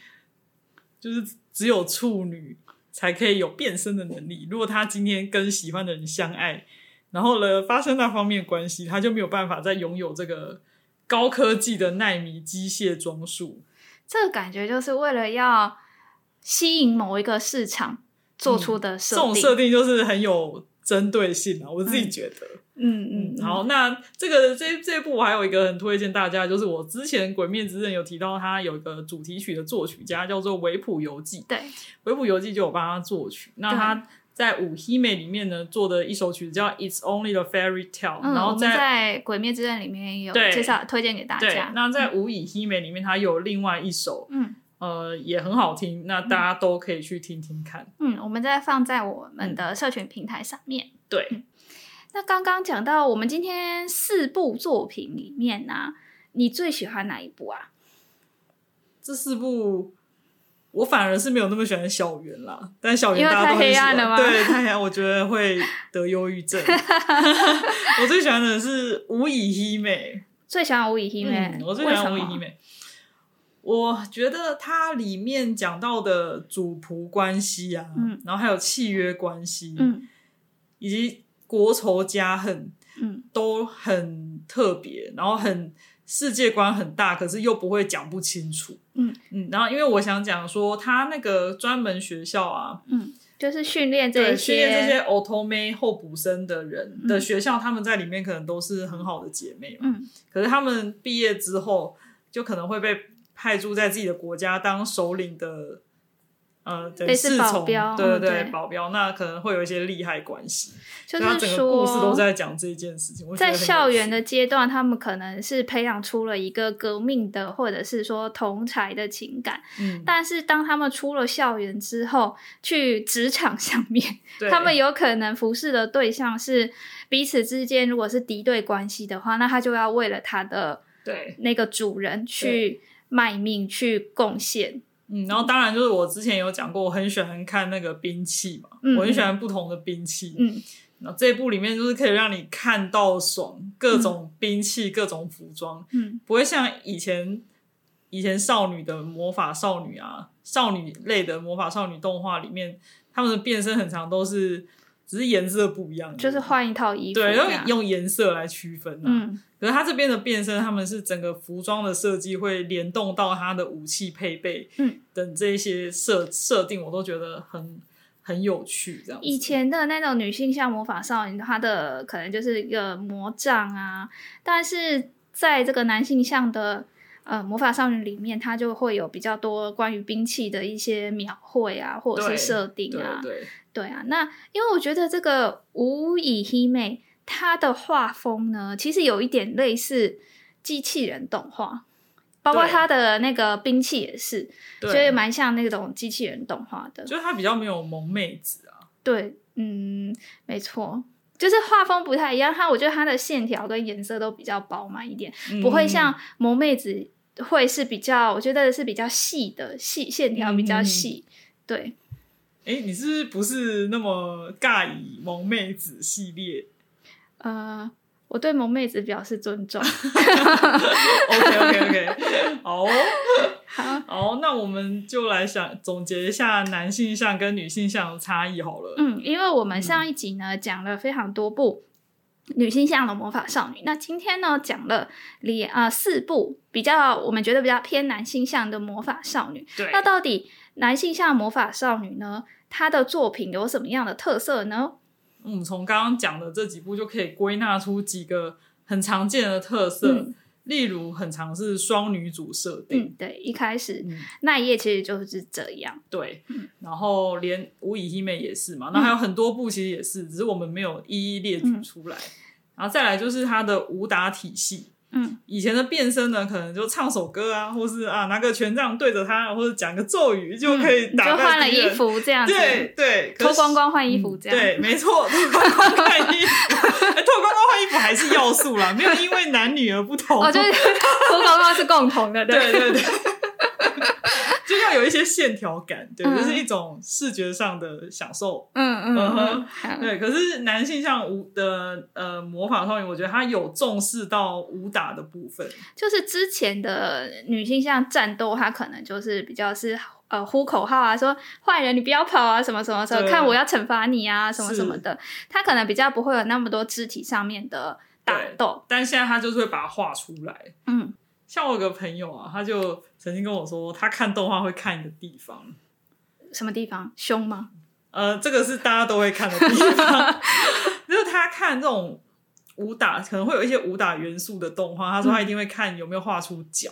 Speaker 1: 就是只有处女才可以有变身的能力。如果他今天跟喜欢的人相爱，然后呢发生那方面关系，他就没有办法再拥有这个高科技的纳米机械装束。
Speaker 2: 这个感觉就是为了要吸引某一个市场做出的设
Speaker 1: 这种
Speaker 2: 定。
Speaker 1: 设定就是很有针对性啊，我自己觉得。
Speaker 2: 嗯嗯，嗯
Speaker 1: 好，那这个这这部我还有一个很推荐大家，就是我之前《鬼灭之刃》有提到，它有一个主题曲的作曲家叫做维普游记，
Speaker 2: 对，
Speaker 1: 维普游记就有帮他作曲。那他在《五希美》里面呢做的一首曲子叫《It's Only the Fairy Tale、
Speaker 2: 嗯，
Speaker 1: 然
Speaker 2: 我
Speaker 1: 后
Speaker 2: 们在《鬼灭之刃》里面也有
Speaker 1: 对
Speaker 2: 介绍推荐给大
Speaker 1: 对
Speaker 2: 家，。
Speaker 1: 那在《五乙希美》里面，它有另外一首。
Speaker 2: 嗯
Speaker 1: 呃，也很好听，那大家都可以去听听看。
Speaker 2: 嗯，我们再放在我
Speaker 1: 嗯
Speaker 2: 们的社群平台上面。
Speaker 1: 对，
Speaker 2: 那刚刚讲到我们今天四部作品里面呢、你最喜欢哪一部啊？
Speaker 1: 这四部我反而是没有那么喜欢小圆啦，但小圆
Speaker 2: 因为
Speaker 1: 大家都
Speaker 2: 太黑
Speaker 1: 很喜欢
Speaker 2: 暗了吗
Speaker 1: 对，太黑暗，我觉得会得忧郁 症。我最喜欢的是无以希美，
Speaker 2: 最喜欢无以希妹、
Speaker 1: 嗯，我最
Speaker 2: 为
Speaker 1: 喜
Speaker 2: 什
Speaker 1: 欢无
Speaker 2: 么？
Speaker 1: 以希美。我觉得它里面讲到的主仆关系啊，
Speaker 2: 嗯
Speaker 1: 然后还有契约关系，
Speaker 2: 嗯
Speaker 1: 以及国仇家恨，
Speaker 2: 嗯，
Speaker 1: 都很特别，然后很世界观很大，可是又不会讲不清楚。
Speaker 2: 嗯
Speaker 1: 嗯，然后因为我想讲说，他那个专门学校啊，
Speaker 2: 就是训练这
Speaker 1: 对
Speaker 2: 一
Speaker 1: 训练这
Speaker 2: 些，
Speaker 1: 些 auto m 候补生的人的学校，他们在里面可能都是很好的姐妹嘛。
Speaker 2: 嗯
Speaker 1: 可是他们毕业之后，就可能会被派驻在自己的国家当首领的，呃，等于
Speaker 2: 类似
Speaker 1: 侍
Speaker 2: 保
Speaker 1: 从，
Speaker 2: 镖
Speaker 1: 对
Speaker 2: 嗯对
Speaker 1: 保镖，那可能会有一些利害关系。
Speaker 2: 就
Speaker 1: 然后
Speaker 2: 是
Speaker 1: 整个
Speaker 2: 说
Speaker 1: 故事都在讲这件事情，我觉得
Speaker 2: 在
Speaker 1: 很有
Speaker 2: 校园
Speaker 1: 趣
Speaker 2: 的阶段，他们可能是培养出了一个革命的，或者是说同才的情感。
Speaker 1: 嗯，
Speaker 2: 但是当他们出了校园之后，去职场上面，
Speaker 1: 对
Speaker 2: 他们有可能服侍的对象是彼此之间，如果是敌对关系的话，那他就要为了他的
Speaker 1: 对
Speaker 2: 那个主人去卖命、去贡献。
Speaker 1: 嗯，然后当然就是我之前有讲过，我很喜欢看那个兵器嘛，
Speaker 2: 嗯
Speaker 1: 我很喜欢不同的兵器。
Speaker 2: 嗯，
Speaker 1: 然后这一部里面就是可以让你看到爽，各种兵器、各种服装，
Speaker 2: 嗯，
Speaker 1: 不会像以前以前少女的魔法少女啊，少女类的魔法少女动画里面，他们的变身很长都是只是颜色不一样而已，
Speaker 2: 就是换一套衣服这
Speaker 1: 对，
Speaker 2: 样。
Speaker 1: 用用颜色来区分、啊。
Speaker 2: 嗯
Speaker 1: 可是他这边的变身，他们是整个服装的设计会联动到他的武器配备，
Speaker 2: 嗯，
Speaker 1: 等这些设设定，我都觉得很很有趣。这样子
Speaker 2: 以前的那种女性像魔法少女，她的可能就是一个魔杖啊，但是在这个男性向的呃魔法少女里面，它就会有比较多关于兵器的一些描绘啊，或者
Speaker 1: 对
Speaker 2: 是设定
Speaker 1: 对
Speaker 2: 啊，
Speaker 1: 对，
Speaker 2: 对啊。那因为我觉得这个无以希美，她的画风呢，其实有一点类似机器人动画。包括
Speaker 1: 对
Speaker 2: 她的那个兵器也是，
Speaker 1: 对
Speaker 2: 所以蛮像那种机器人动画的。
Speaker 1: 就是他比较没有萌妹子啊，
Speaker 2: 对，嗯，没错，就是画风不太一样。它我觉得它的线条跟颜色都比较饱满一点，
Speaker 1: 嗯
Speaker 2: 不会像萌妹子会是比较，我觉得是比较细的，细线条比较细。对，
Speaker 1: 哎、你是不是那么尬以萌妹子系列
Speaker 2: 呃，我对萌妹子表示尊重。
Speaker 1: ？OK OK OK，好 哦
Speaker 2: 好，
Speaker 1: 好哦，那我们就来想总结一下男性向跟女性向的差异好了。
Speaker 2: 嗯，因为我们上一集呢讲了非常多部。女性向的魔法少女，那今天呢讲了连呃四部比较我们觉得比较偏男性向的魔法少女，
Speaker 1: 对，
Speaker 2: 那到底男性向魔法少女呢？她的作品有什么样的特色呢？
Speaker 1: 我们从刚刚讲的这几部就可以归纳出几个很常见的特色，
Speaker 2: 嗯
Speaker 1: 例如很常是双女主设定，
Speaker 2: 嗯，对，一开始
Speaker 1: 嗯
Speaker 2: 那一页其实就是这样。
Speaker 1: 对，
Speaker 2: 嗯
Speaker 1: 然后连无以一美也是嘛，那还有很多部其实也是，只是我们没有一一列举出来。然后再来就是它的武打体系，
Speaker 2: 嗯，
Speaker 1: 以前的变身呢，可能就唱首歌啊，或是啊拿个权杖对着他，或者讲个咒语就可以
Speaker 2: 嗯你就
Speaker 1: 打败、
Speaker 2: 换了衣，服这样子，
Speaker 1: 对对，可
Speaker 2: 脱
Speaker 1: 是嗯
Speaker 2: 光光换衣服这样。
Speaker 1: 对，没错，脱光光换衣 服，哎脱光光换衣服还是要素啦，没有因为男女而不同。
Speaker 2: 哦，就是脱光光是共同的，
Speaker 1: 对对
Speaker 2: 对。
Speaker 1: 对，就要有一些线条感，对，
Speaker 2: 嗯
Speaker 1: 就是一种视觉上的享受。
Speaker 2: 嗯嗯
Speaker 1: 嗯
Speaker 2: 嗯
Speaker 1: 哼
Speaker 2: 好，
Speaker 1: 对，可是男性像武的呃魔法少女，我觉得他有重视到武打的部分，
Speaker 2: 就是之前的女性像战斗，她可能就是比较是呃呼口号啊，说坏人你不要跑啊，什么什么什么，
Speaker 1: 对
Speaker 2: 看我要惩罚你啊，什么什么
Speaker 1: 是
Speaker 2: 的。她可能比较不会有那么多肢体上面的打
Speaker 1: 对
Speaker 2: 斗。
Speaker 1: 但现在他就是会把它画出来。
Speaker 2: 嗯，
Speaker 1: 像我有个朋友啊，他就曾经跟我说，他看动画会看一个地方，
Speaker 2: 什么地方？胸吗？
Speaker 1: 呃，这个是大家都会看的地 方，就是他看这种武打，可能会有一些武打元素的动画，他说他一定会看有没有画出脚，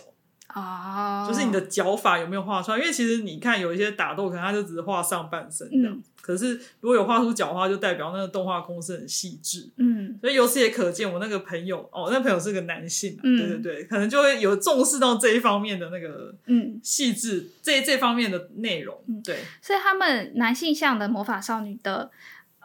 Speaker 2: 哦，
Speaker 1: 就是你的脚法有没有画出来。因为其实你看有一些打斗，可能他就只是画上半身这样，
Speaker 2: 嗯
Speaker 1: 可是如果有画出脚的话，就代表那个动画公司很细致。
Speaker 2: 嗯
Speaker 1: 所以由此也可见，我那个朋友哦，那朋友是个男性、啊，
Speaker 2: 嗯
Speaker 1: 对对对，可能就会有重视到这一方面的那个
Speaker 2: 嗯，
Speaker 1: 细致，这这方面的内容，对。
Speaker 2: 所以他们男性向的魔法少女的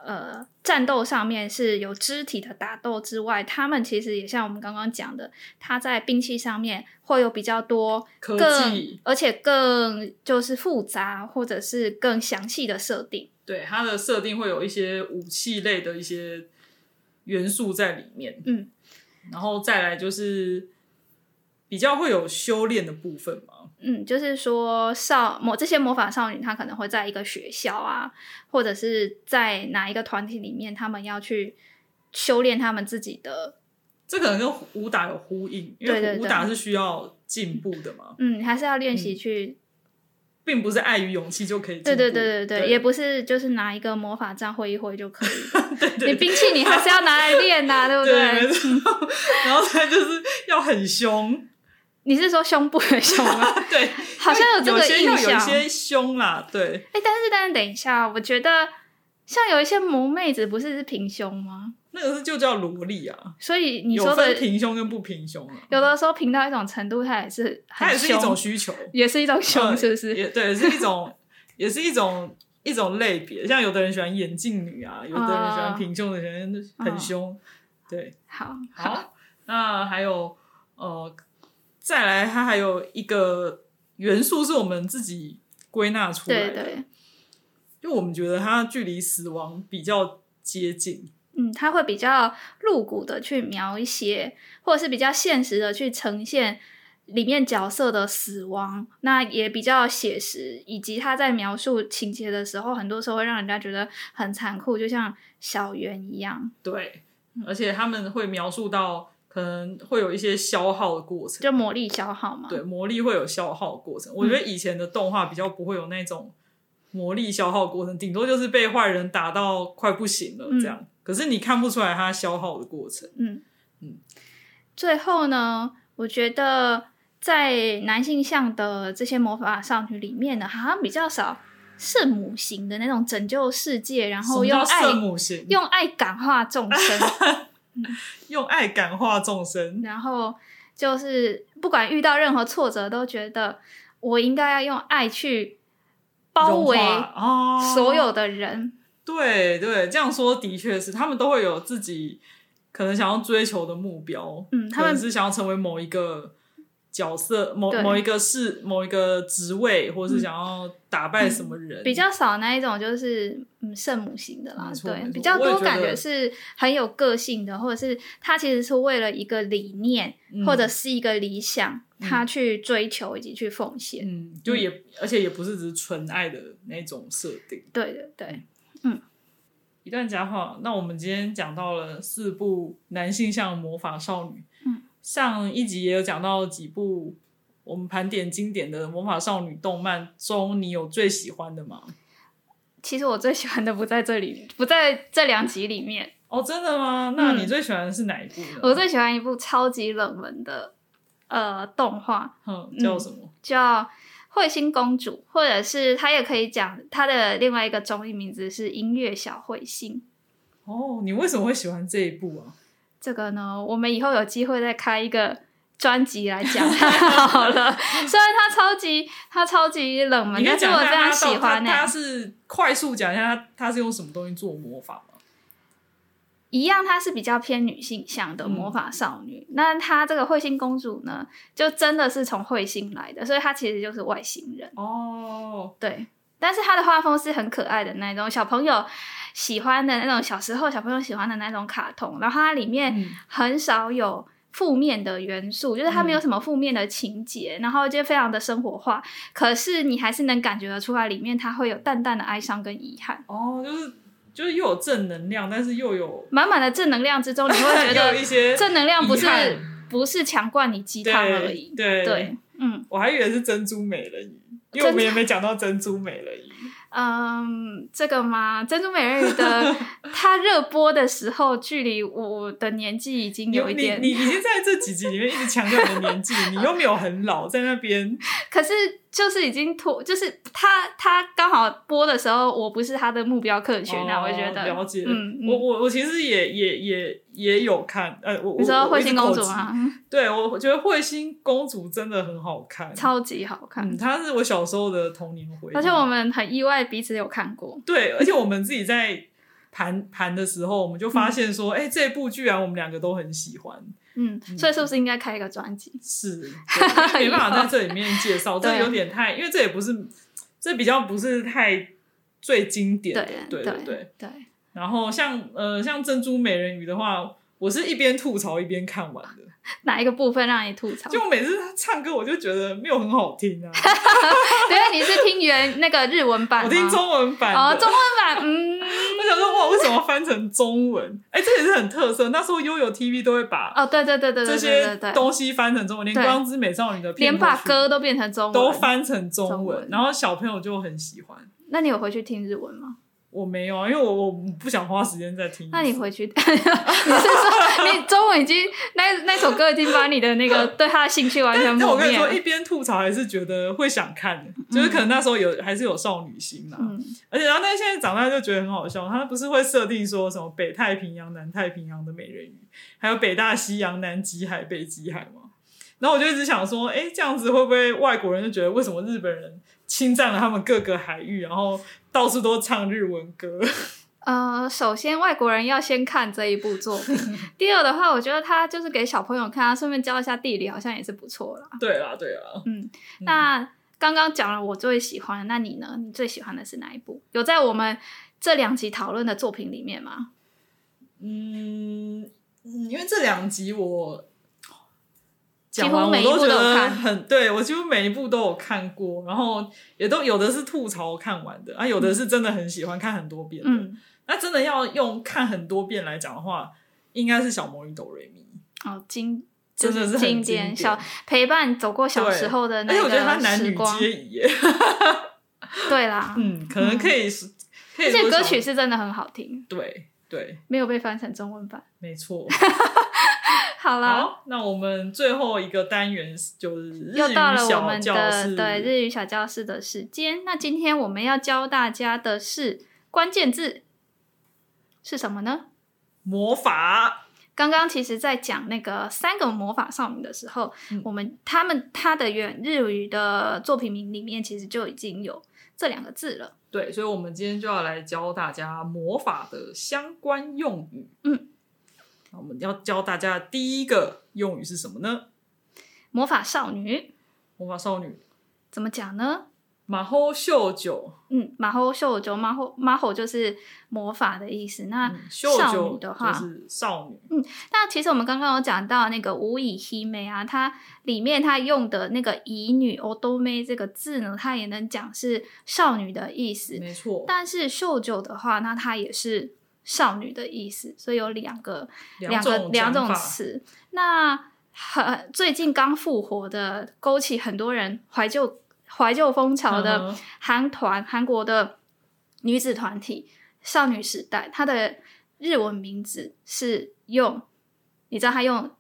Speaker 2: 呃战斗上面是有肢体的打斗之外，他们其实也像我们刚刚讲的，他在兵器上面会有比较多
Speaker 1: 科
Speaker 2: 更
Speaker 1: 技
Speaker 2: 而且更就是复杂或者是更详细的设定。
Speaker 1: 对，它的设定会有一些武器类的一些元素在里面，
Speaker 2: 嗯，
Speaker 1: 然后再来就是比较会有修炼的部分嘛，
Speaker 2: 嗯，就是说少某这些魔法少女，她可能会在一个学校啊，或者是在哪一个团体里面，他们要去修炼他们自己的，
Speaker 1: 这可能跟武打有呼应，因
Speaker 2: 对对
Speaker 1: 为
Speaker 2: 对
Speaker 1: 武打是需要进步的嘛，
Speaker 2: 嗯，还是要练习去，
Speaker 1: 并不是爱与勇气就可以进步。
Speaker 2: 对对对对
Speaker 1: 对
Speaker 2: 对，也不是就是拿一个魔法杖挥一挥 就可以了。
Speaker 1: 对对
Speaker 2: 你兵器你还是要拿来 练呐、对不
Speaker 1: 对，没
Speaker 2: 嗯
Speaker 1: 错。然后他就是要很凶，
Speaker 2: 你是说胸部的 胸吗？
Speaker 1: 对，
Speaker 2: 好像有这
Speaker 1: 有
Speaker 2: 个
Speaker 1: 些
Speaker 2: 印
Speaker 1: 要有一
Speaker 2: 象。
Speaker 1: 些凶啦，对，
Speaker 2: 哎、但是但是等一下，我觉得像有一些萌妹子不是是平胸吗？
Speaker 1: 那个是就叫萝莉啊。
Speaker 2: 所以你
Speaker 1: 有
Speaker 2: 说的
Speaker 1: 分平胸跟不平胸啊，
Speaker 2: 有的时候平到一种程度，它也是很
Speaker 1: 它也是一
Speaker 2: 凶
Speaker 1: 种需求，
Speaker 2: 也是一种
Speaker 1: 呃
Speaker 2: 凶，是不是？
Speaker 1: 也对，是一种， 也是一种一种类别。像有的人喜欢眼镜女啊，有的人喜
Speaker 2: 哦
Speaker 1: 欢平胸的人很凶，对。
Speaker 2: 好，
Speaker 1: 好， 那还有呃，再来，它还有一个元素是我们自己归纳出来
Speaker 2: 对
Speaker 1: 的，
Speaker 2: 对，
Speaker 1: 就我们觉得它距离死亡比较接近。
Speaker 2: 嗯，他会比较露骨的去描一些，或者是比较现实的去呈现里面角色的死亡，那也比较写实，以及他在描述情节的时候，很多时候会让人家觉得很残酷，就像小圆一样，
Speaker 1: 对，
Speaker 2: 嗯
Speaker 1: 而且他们会描述到可能会有一些消耗的过程，
Speaker 2: 就嗯魔力消耗嘛。
Speaker 1: 对，魔力会有消耗的过程。我觉得以前的动画比较不会有那种魔力消耗的过程，顶多就是被坏人打到快不行了这样。可是你看不出来他消耗的过程，
Speaker 2: 嗯，
Speaker 1: 嗯
Speaker 2: 嗯，最后呢，我觉得在男性向的这些魔法少女里面呢，好像比较少圣母型的那种拯救世界，然后
Speaker 1: 什
Speaker 2: 用
Speaker 1: 么叫
Speaker 2: 爱
Speaker 1: 圣母型，
Speaker 2: 用爱感化 众生，
Speaker 1: 用爱感化众生，
Speaker 2: 然后就是不管遇到任何挫折，都觉得我应该要用爱去包围
Speaker 1: 融化哦
Speaker 2: 所有的人。
Speaker 1: 对对，这样说的确是，他们都会有自己可能想要追求的目标，
Speaker 2: 嗯他
Speaker 1: 可
Speaker 2: 们
Speaker 1: 能是想要成为某一个角色、某
Speaker 2: 对
Speaker 1: 某一个事、某一个职位，或是
Speaker 2: 嗯
Speaker 1: 想要打败什么人，
Speaker 2: 比较少那一种就是嗯圣母型的啦
Speaker 1: 哦没，错没
Speaker 2: 对，
Speaker 1: 错
Speaker 2: 比较
Speaker 1: 我也
Speaker 2: 多
Speaker 1: 觉
Speaker 2: 感
Speaker 1: 得
Speaker 2: 觉是很有个性的，或者是他其实是为了一个理念、
Speaker 1: 嗯
Speaker 2: 或者是一个理想，他去追求以及去奉献。
Speaker 1: 嗯，就也、而且也不是只是纯爱的那种设定。
Speaker 2: 对对对，
Speaker 1: 一段佳话，那我们今天讲到了四部男性向的魔法少女，
Speaker 2: 嗯，
Speaker 1: 上一集也有讲到几部我们盘点经典的魔法少女动漫中，你有最喜欢的吗？
Speaker 2: 其实我最喜欢的不在这里，不在这两集里面。
Speaker 1: 哦，真的吗？那
Speaker 2: 嗯
Speaker 1: 你最喜欢的是哪一部啊呢？
Speaker 2: 我最喜欢一部超级冷门的呃动画，
Speaker 1: 嗯叫什么？
Speaker 2: 叫《彗星公主》，或者是它也可以讲它的另外一个综艺名字是《音乐小彗星》。
Speaker 1: 哦，你为什么会喜欢这一部啊？
Speaker 2: 这个呢，我们以后有机会再开一个专辑来 讲它好了。虽然它超级它超级冷门，
Speaker 1: 你可
Speaker 2: 但
Speaker 1: 以
Speaker 2: 是
Speaker 1: 讲一
Speaker 2: 我非
Speaker 1: 下它
Speaker 2: 常
Speaker 1: 到
Speaker 2: 喜欢呢、欸
Speaker 1: 它它是快速讲一下它它是用什么东西做魔法吗？
Speaker 2: 一样，她是比较偏女性向的
Speaker 1: 嗯
Speaker 2: 魔法少女。那她这个彗星公主呢，就真的是从彗星来的，所以她其实就是外星人。
Speaker 1: 哦，
Speaker 2: 对，但是它的画风是很可爱的那种小朋友喜欢的那种小时候小朋友喜欢的那种卡通，然后它里面
Speaker 1: 嗯
Speaker 2: 很少有。负面的元素就是它没有什么负面的情节，然后就非常的生活化。可是你还是能感觉得出来，里面它会有淡淡的哀伤跟遗憾，
Speaker 1: 哦，就是就是又有正能量，但是又有
Speaker 2: 满满的正能量之中，你会觉
Speaker 1: 又有
Speaker 2: 得
Speaker 1: 一些
Speaker 2: 正能量不是
Speaker 1: 遗憾
Speaker 2: 不是强灌你鸡
Speaker 1: 对
Speaker 2: 汤而已。
Speaker 1: 对
Speaker 2: 对，嗯
Speaker 1: 我还以为是珍珠美人鱼，因为我们也没讲到珍珠美人鱼。
Speaker 2: 嗯，这个嘛，《珍珠美人鱼》 的它热播的时候，距离我的年纪已经
Speaker 1: 你
Speaker 2: 有一点
Speaker 1: 你，你已经在这几集里面一直强调你的年 纪，你又没有很老，在那边
Speaker 2: 可是就是已经脱，就是它它刚好播的时候，我不是它的目标客群啊，
Speaker 1: 哦
Speaker 2: 我觉得
Speaker 1: 了解。
Speaker 2: 嗯，嗯
Speaker 1: 我我我其实也也也也有看，呃，我
Speaker 2: 你知道
Speaker 1: 我我
Speaker 2: 彗
Speaker 1: 一直
Speaker 2: 星公
Speaker 1: 口
Speaker 2: 主
Speaker 1: 急
Speaker 2: 吗？
Speaker 1: 对，我我觉得彗星公主真的很好看，
Speaker 2: 超级好看，
Speaker 1: 嗯，她是我小时候的童年回忆。
Speaker 2: 而且我们很意外彼此有看过。
Speaker 1: 对，而且我们自己在盘盘的时候，我们就发现说，哎、这部居然我们两个都很喜欢，
Speaker 2: 嗯，所以是不是应该开一个专辑？
Speaker 1: 是对没办 法在这里面介绍，这
Speaker 2: 对
Speaker 1: 有点太，因为这也不是，这比较不是太最经典的，对
Speaker 2: 对
Speaker 1: 对对。
Speaker 2: 对，
Speaker 1: 然后像呃像珍珠美人鱼的话，我是一边吐槽一边看完的。
Speaker 2: 哪一个部分让你吐槽？
Speaker 1: 就每次他唱歌，我就觉得没有很好听啊。
Speaker 2: 对，你是听原那个日文版吗？
Speaker 1: 我听中文版的，
Speaker 2: 哦哦，中文版，嗯，
Speaker 1: 我想说哇，为什么翻成中文？哎、这也是很特色。那时候悠悠 TV 都会把
Speaker 2: 哦，对对对对
Speaker 1: 这
Speaker 2: 对
Speaker 1: 些
Speaker 2: 对对对，
Speaker 1: 东西翻成中文，连《
Speaker 2: 对
Speaker 1: 光之美少女》的片
Speaker 2: 连把
Speaker 1: 头曲
Speaker 2: 歌都变成中文。
Speaker 1: 都翻成中文，
Speaker 2: 中文
Speaker 1: 然后小朋友就很喜欢。
Speaker 2: 那你有回去听日文吗？
Speaker 1: 我没有啊，因为我我不想花时间在听。
Speaker 2: 那你回去， 你 是说你中文已经那那首歌已经把你的那个对他的兴趣完全
Speaker 1: 但我
Speaker 2: 磨
Speaker 1: 跟你
Speaker 2: 灭
Speaker 1: 说，
Speaker 2: 了？
Speaker 1: 一边吐槽还是觉得会想看的，就是可能那时候有还是有少女心啦。
Speaker 2: 嗯，
Speaker 1: 而且然后但是现在长大就觉得很好笑，他不是会设定说什么北太平洋、南太平洋的美人鱼，还有北大西洋、南极海、北极海吗？然后我就一直想说，哎，这样子会不会外国人就觉得为什么日本人侵占了他们各个海域，然后到处都唱日文歌？
Speaker 2: 呃，首先外国人要先看这一部作 品，第二的话，我觉得他就是给小朋友看，啊他顺便教一下地理，好像也是不错啦。
Speaker 1: 对啦，对啦，
Speaker 2: 嗯，
Speaker 1: 嗯
Speaker 2: 那刚刚讲了我最喜欢的，那你呢？你最喜欢的是哪一部？有在我们这两集讨论的作品里面吗？
Speaker 1: 嗯，嗯因为这两集我
Speaker 2: 几乎
Speaker 1: 讲完
Speaker 2: 每
Speaker 1: 我
Speaker 2: 一部
Speaker 1: 都觉
Speaker 2: 都有
Speaker 1: 得
Speaker 2: 看
Speaker 1: 很对我几乎每一部都有看过，然后也都有的是吐槽看完的，啊，有的是真的很喜欢看很多遍的。
Speaker 2: 嗯，
Speaker 1: 那真的要用看很多遍来讲的话，应该是小魔女哆瑞咪，
Speaker 2: 哦，经就
Speaker 1: 真的是
Speaker 2: 是
Speaker 1: 很
Speaker 2: 经
Speaker 1: 经
Speaker 2: 典
Speaker 1: 典
Speaker 2: 小陪伴走过小时候的
Speaker 1: 而
Speaker 2: 那
Speaker 1: 且我觉得它
Speaker 2: 个
Speaker 1: 男
Speaker 2: 时
Speaker 1: 女
Speaker 2: 光，
Speaker 1: 皆宜耶，
Speaker 2: 对啦，
Speaker 1: 嗯，可能可以是，可以
Speaker 2: 而且
Speaker 1: 多
Speaker 2: 歌
Speaker 1: 想
Speaker 2: 曲是真的很好听，
Speaker 1: 对对，
Speaker 2: 没有被翻成中文版。
Speaker 1: 没 错。
Speaker 2: 好啦，
Speaker 1: 好，那我们最后一个单元是就是日
Speaker 2: 又
Speaker 1: 语
Speaker 2: 到了我
Speaker 1: 小
Speaker 2: 们
Speaker 1: 教
Speaker 2: 的
Speaker 1: 室，
Speaker 2: 对日语小教室的时间。那今天我们要教大家的是关键字是什么呢？
Speaker 1: 魔法，
Speaker 2: 刚刚其实，在讲那个三个魔法少女的时候，
Speaker 1: 嗯
Speaker 2: 我们他们他的原日语的作品名里面其实就已经有这两个字了。
Speaker 1: 对，所以我们今天就要来教大家魔法的相关用语。
Speaker 2: 嗯，
Speaker 1: 那我们要教大家第一个用语是什么呢？
Speaker 2: 魔法少女
Speaker 1: 魔法少女
Speaker 2: 怎么讲呢？
Speaker 1: 马后秀九，
Speaker 2: 嗯，马猴秀九马猴马猴就是魔法的意思。那、
Speaker 1: 嗯秀
Speaker 2: 啊少
Speaker 1: 九
Speaker 2: 女的话
Speaker 1: 就是少女，
Speaker 2: 那其实我们刚刚有讲到那个无以希美啊，它里面它用的那个乙女 o d o m e 这个字呢，它也能讲是少女的意思。
Speaker 1: 没错。
Speaker 2: 但是秀九的话，那它也是少女的意思，所以有两个
Speaker 1: 两
Speaker 2: 个
Speaker 1: 种
Speaker 2: 两
Speaker 1: 讲
Speaker 2: 种
Speaker 1: 法
Speaker 2: 词。那很最近刚复活的，勾起很多人怀旧怀旧风潮
Speaker 1: 嗯
Speaker 2: 的
Speaker 1: 哼
Speaker 2: 韩团，韩国的女子团体少女时代，它的日文名字是用，你知道它用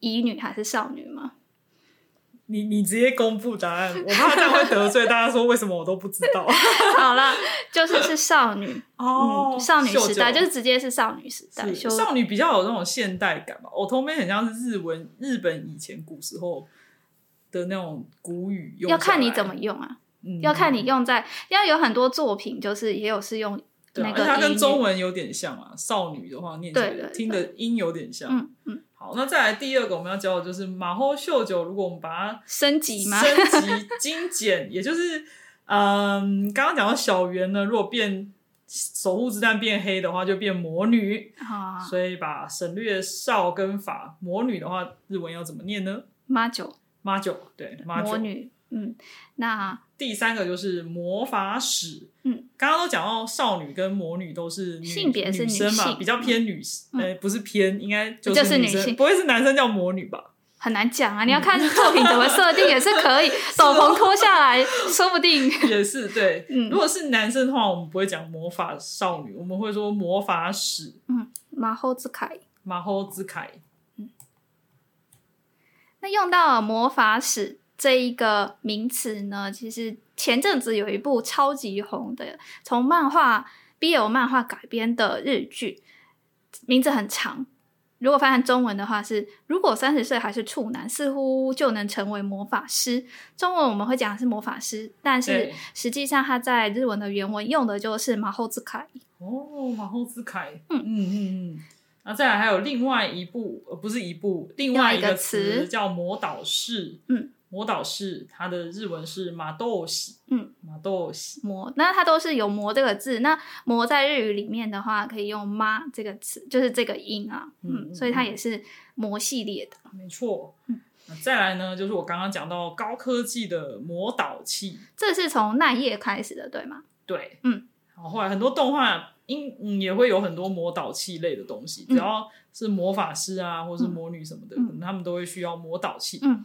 Speaker 2: 乙女还是少女 吗？
Speaker 1: 你你直接公布答案，我怕这样会得罪大家，说为什么我都不知 道。
Speaker 2: 好了，就是是少女，
Speaker 1: 哦
Speaker 2: 嗯，少女时代就是直接是少女时代，
Speaker 1: 是
Speaker 2: 修
Speaker 1: 少女比较有那种现代感吧。o t o m 很像是日文日本以前古时候的那种古语用下来，
Speaker 2: 要看你怎么用啊。
Speaker 1: 嗯
Speaker 2: 要看你用在，因为有很多作品就是也有是用
Speaker 1: 对啊
Speaker 2: 那
Speaker 1: 而且它
Speaker 2: 个
Speaker 1: 跟
Speaker 2: 英语
Speaker 1: 中文有点像啊。少女的话念起来
Speaker 2: 对对对
Speaker 1: 听的音有点像。
Speaker 2: 嗯嗯
Speaker 1: 好，那再来第二个我们要教的就是马后秀九，如果我们把它
Speaker 2: 升级吗？
Speaker 1: 升级精简，也就是嗯，刚刚讲到小圆呢，如果变守护之蛋变黑的话，就变魔女，
Speaker 2: 啊，
Speaker 1: 所以把省略少跟法。魔女的话，日文要怎么念呢？
Speaker 2: 妈九
Speaker 1: 妈九，对，妈
Speaker 2: 魔
Speaker 1: 九。
Speaker 2: 女，嗯，那
Speaker 1: 第三个就是魔法使，
Speaker 2: 嗯，
Speaker 1: 刚刚都讲到少女跟魔女都是女
Speaker 2: 性别是
Speaker 1: 女
Speaker 2: 女
Speaker 1: 生嘛，
Speaker 2: 性
Speaker 1: 比较偏女，
Speaker 2: 嗯
Speaker 1: 呃，不是偏，应该就
Speaker 2: 就是
Speaker 1: 女
Speaker 2: 女性
Speaker 1: 生，不会是男生叫魔女 吧？
Speaker 2: 很难讲啊，你要看作品怎么设定也是可 以，斗篷脱下来，说不定
Speaker 1: 也是对，
Speaker 2: 嗯
Speaker 1: 如果是男生的话，我们不会讲魔法少女，我们会说魔法使。
Speaker 2: 马后之凯。
Speaker 1: 马后之凯，
Speaker 2: 那用到了魔法使这一个名词呢，其实前阵子有一部超级红的，从漫画 BL 漫画改编的日剧，名字很长。如果翻成中文的话是，如果三十岁还是处男，似乎就能成为魔法师。中文我们会讲是魔法师，但是
Speaker 1: 对
Speaker 2: 实际上它在日文的原文用的就是马后之凯。
Speaker 1: 哦，马后之凯，
Speaker 2: 嗯
Speaker 1: 嗯嗯嗯。那再来还有另外一部，呃，不是一部，另
Speaker 2: 外
Speaker 1: 外
Speaker 2: 一
Speaker 1: 一
Speaker 2: 个
Speaker 1: 个
Speaker 2: 词
Speaker 1: 词叫魔导士。
Speaker 2: 嗯，
Speaker 1: 魔导士，它的日文是马豆喜。
Speaker 2: 嗯，
Speaker 1: 马豆喜。
Speaker 2: 魔，那它都是有“魔”这个字。那“魔”在日语里面的话，可以用“妈”这个词，就是这个音啊，
Speaker 1: 嗯
Speaker 2: 嗯，
Speaker 1: 嗯
Speaker 2: 所以它也是魔系列的。
Speaker 1: 没错。
Speaker 2: 嗯
Speaker 1: 那再来呢，就是我刚刚讲到高科技的魔导器，
Speaker 2: 这是从奈叶开始的，对吗？
Speaker 1: 对，
Speaker 2: 嗯，
Speaker 1: 然后后来很多动画应嗯也会有很多魔导器类的东西，只
Speaker 2: 嗯
Speaker 1: 要是魔法师啊，或是魔女什么的，
Speaker 2: 嗯
Speaker 1: 可能他们都会需要魔导器。
Speaker 2: 嗯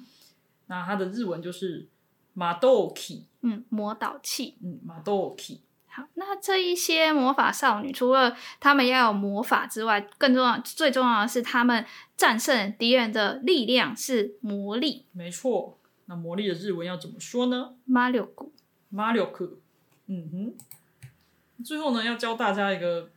Speaker 1: 那它的日文就是马豆 key，
Speaker 2: 嗯，魔导器。
Speaker 1: 嗯，马豆 key，
Speaker 2: 好，那这一些魔法少女，除了她们要有魔法之外，更重要、最重要的是，她们战胜敌人的力量是魔力
Speaker 1: 没错。那魔力的日文要怎么说呢
Speaker 2: m a r i o
Speaker 1: m a r i o k 嗯哼。最后呢，要教大家一个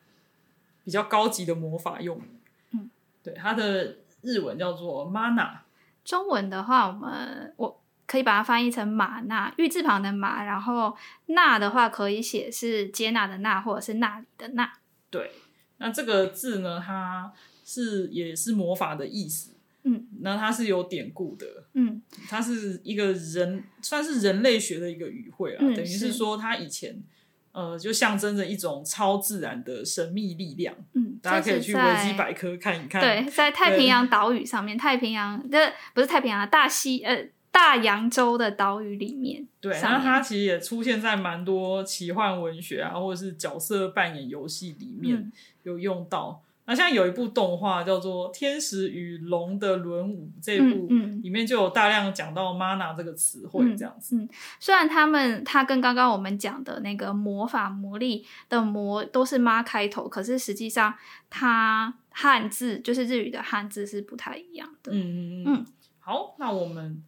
Speaker 1: 比较高级的魔法用语。
Speaker 2: 嗯，
Speaker 1: 对，它的日文叫做 mana。
Speaker 2: 中文的话，我们我可以把它翻译成马纳，玉字旁的马，然后纳的话可以写是接纳的纳，或者是那里的那。
Speaker 1: 对，那这个字呢，它是也是魔法的意思。
Speaker 2: 嗯，
Speaker 1: 那它是有典故的，
Speaker 2: 嗯，
Speaker 1: 它是一个人算是人类学的一个语汇啦，啊
Speaker 2: 嗯
Speaker 1: 等于
Speaker 2: 是
Speaker 1: 是说它以前呃就象征着一种超自然的神秘力量。
Speaker 2: 嗯，
Speaker 1: 大家
Speaker 2: 这
Speaker 1: 可以
Speaker 2: 是
Speaker 1: 去维
Speaker 2: 在
Speaker 1: 基百科看一看。
Speaker 2: 对，在太平洋岛屿上面，太平洋这不是太平洋啊，大西呃大洋洲的岛屿里面，
Speaker 1: 对，
Speaker 2: 上
Speaker 1: 那
Speaker 2: 面
Speaker 1: 它其实也出现在蛮多奇幻文学啊，或者是角色扮演游戏里面、
Speaker 2: 嗯
Speaker 1: 有用到。那像有一部动画叫做《天使与龙的轮舞》，这
Speaker 2: 嗯
Speaker 1: 部、
Speaker 2: 嗯，
Speaker 1: 里面就有大量讲到 “mana” 这个词汇，
Speaker 2: 嗯
Speaker 1: 这样子。
Speaker 2: 虽然他们他跟刚刚我们讲的那个魔法魔力的魔都是妈开头，可是实际上它汉字就是日语的汉字是不太一样的。
Speaker 1: 嗯嗯
Speaker 2: 嗯
Speaker 1: 嗯，好，那我们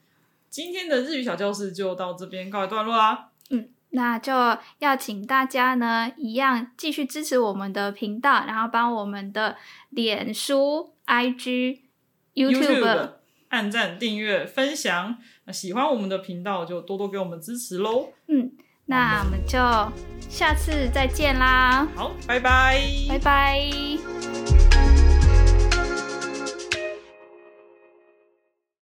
Speaker 1: 今天的日语小教室就到这边告一段落啦。
Speaker 2: 那就要请大家呢，一样继续支持我们的频道，然后帮我们的脸书、IG、YouTube
Speaker 1: 按赞、订阅、分享，那喜欢我们的频道就多多给我们支持喽。
Speaker 2: 嗯，那我们就下次再见啦，
Speaker 1: 好，拜拜，
Speaker 2: 拜拜。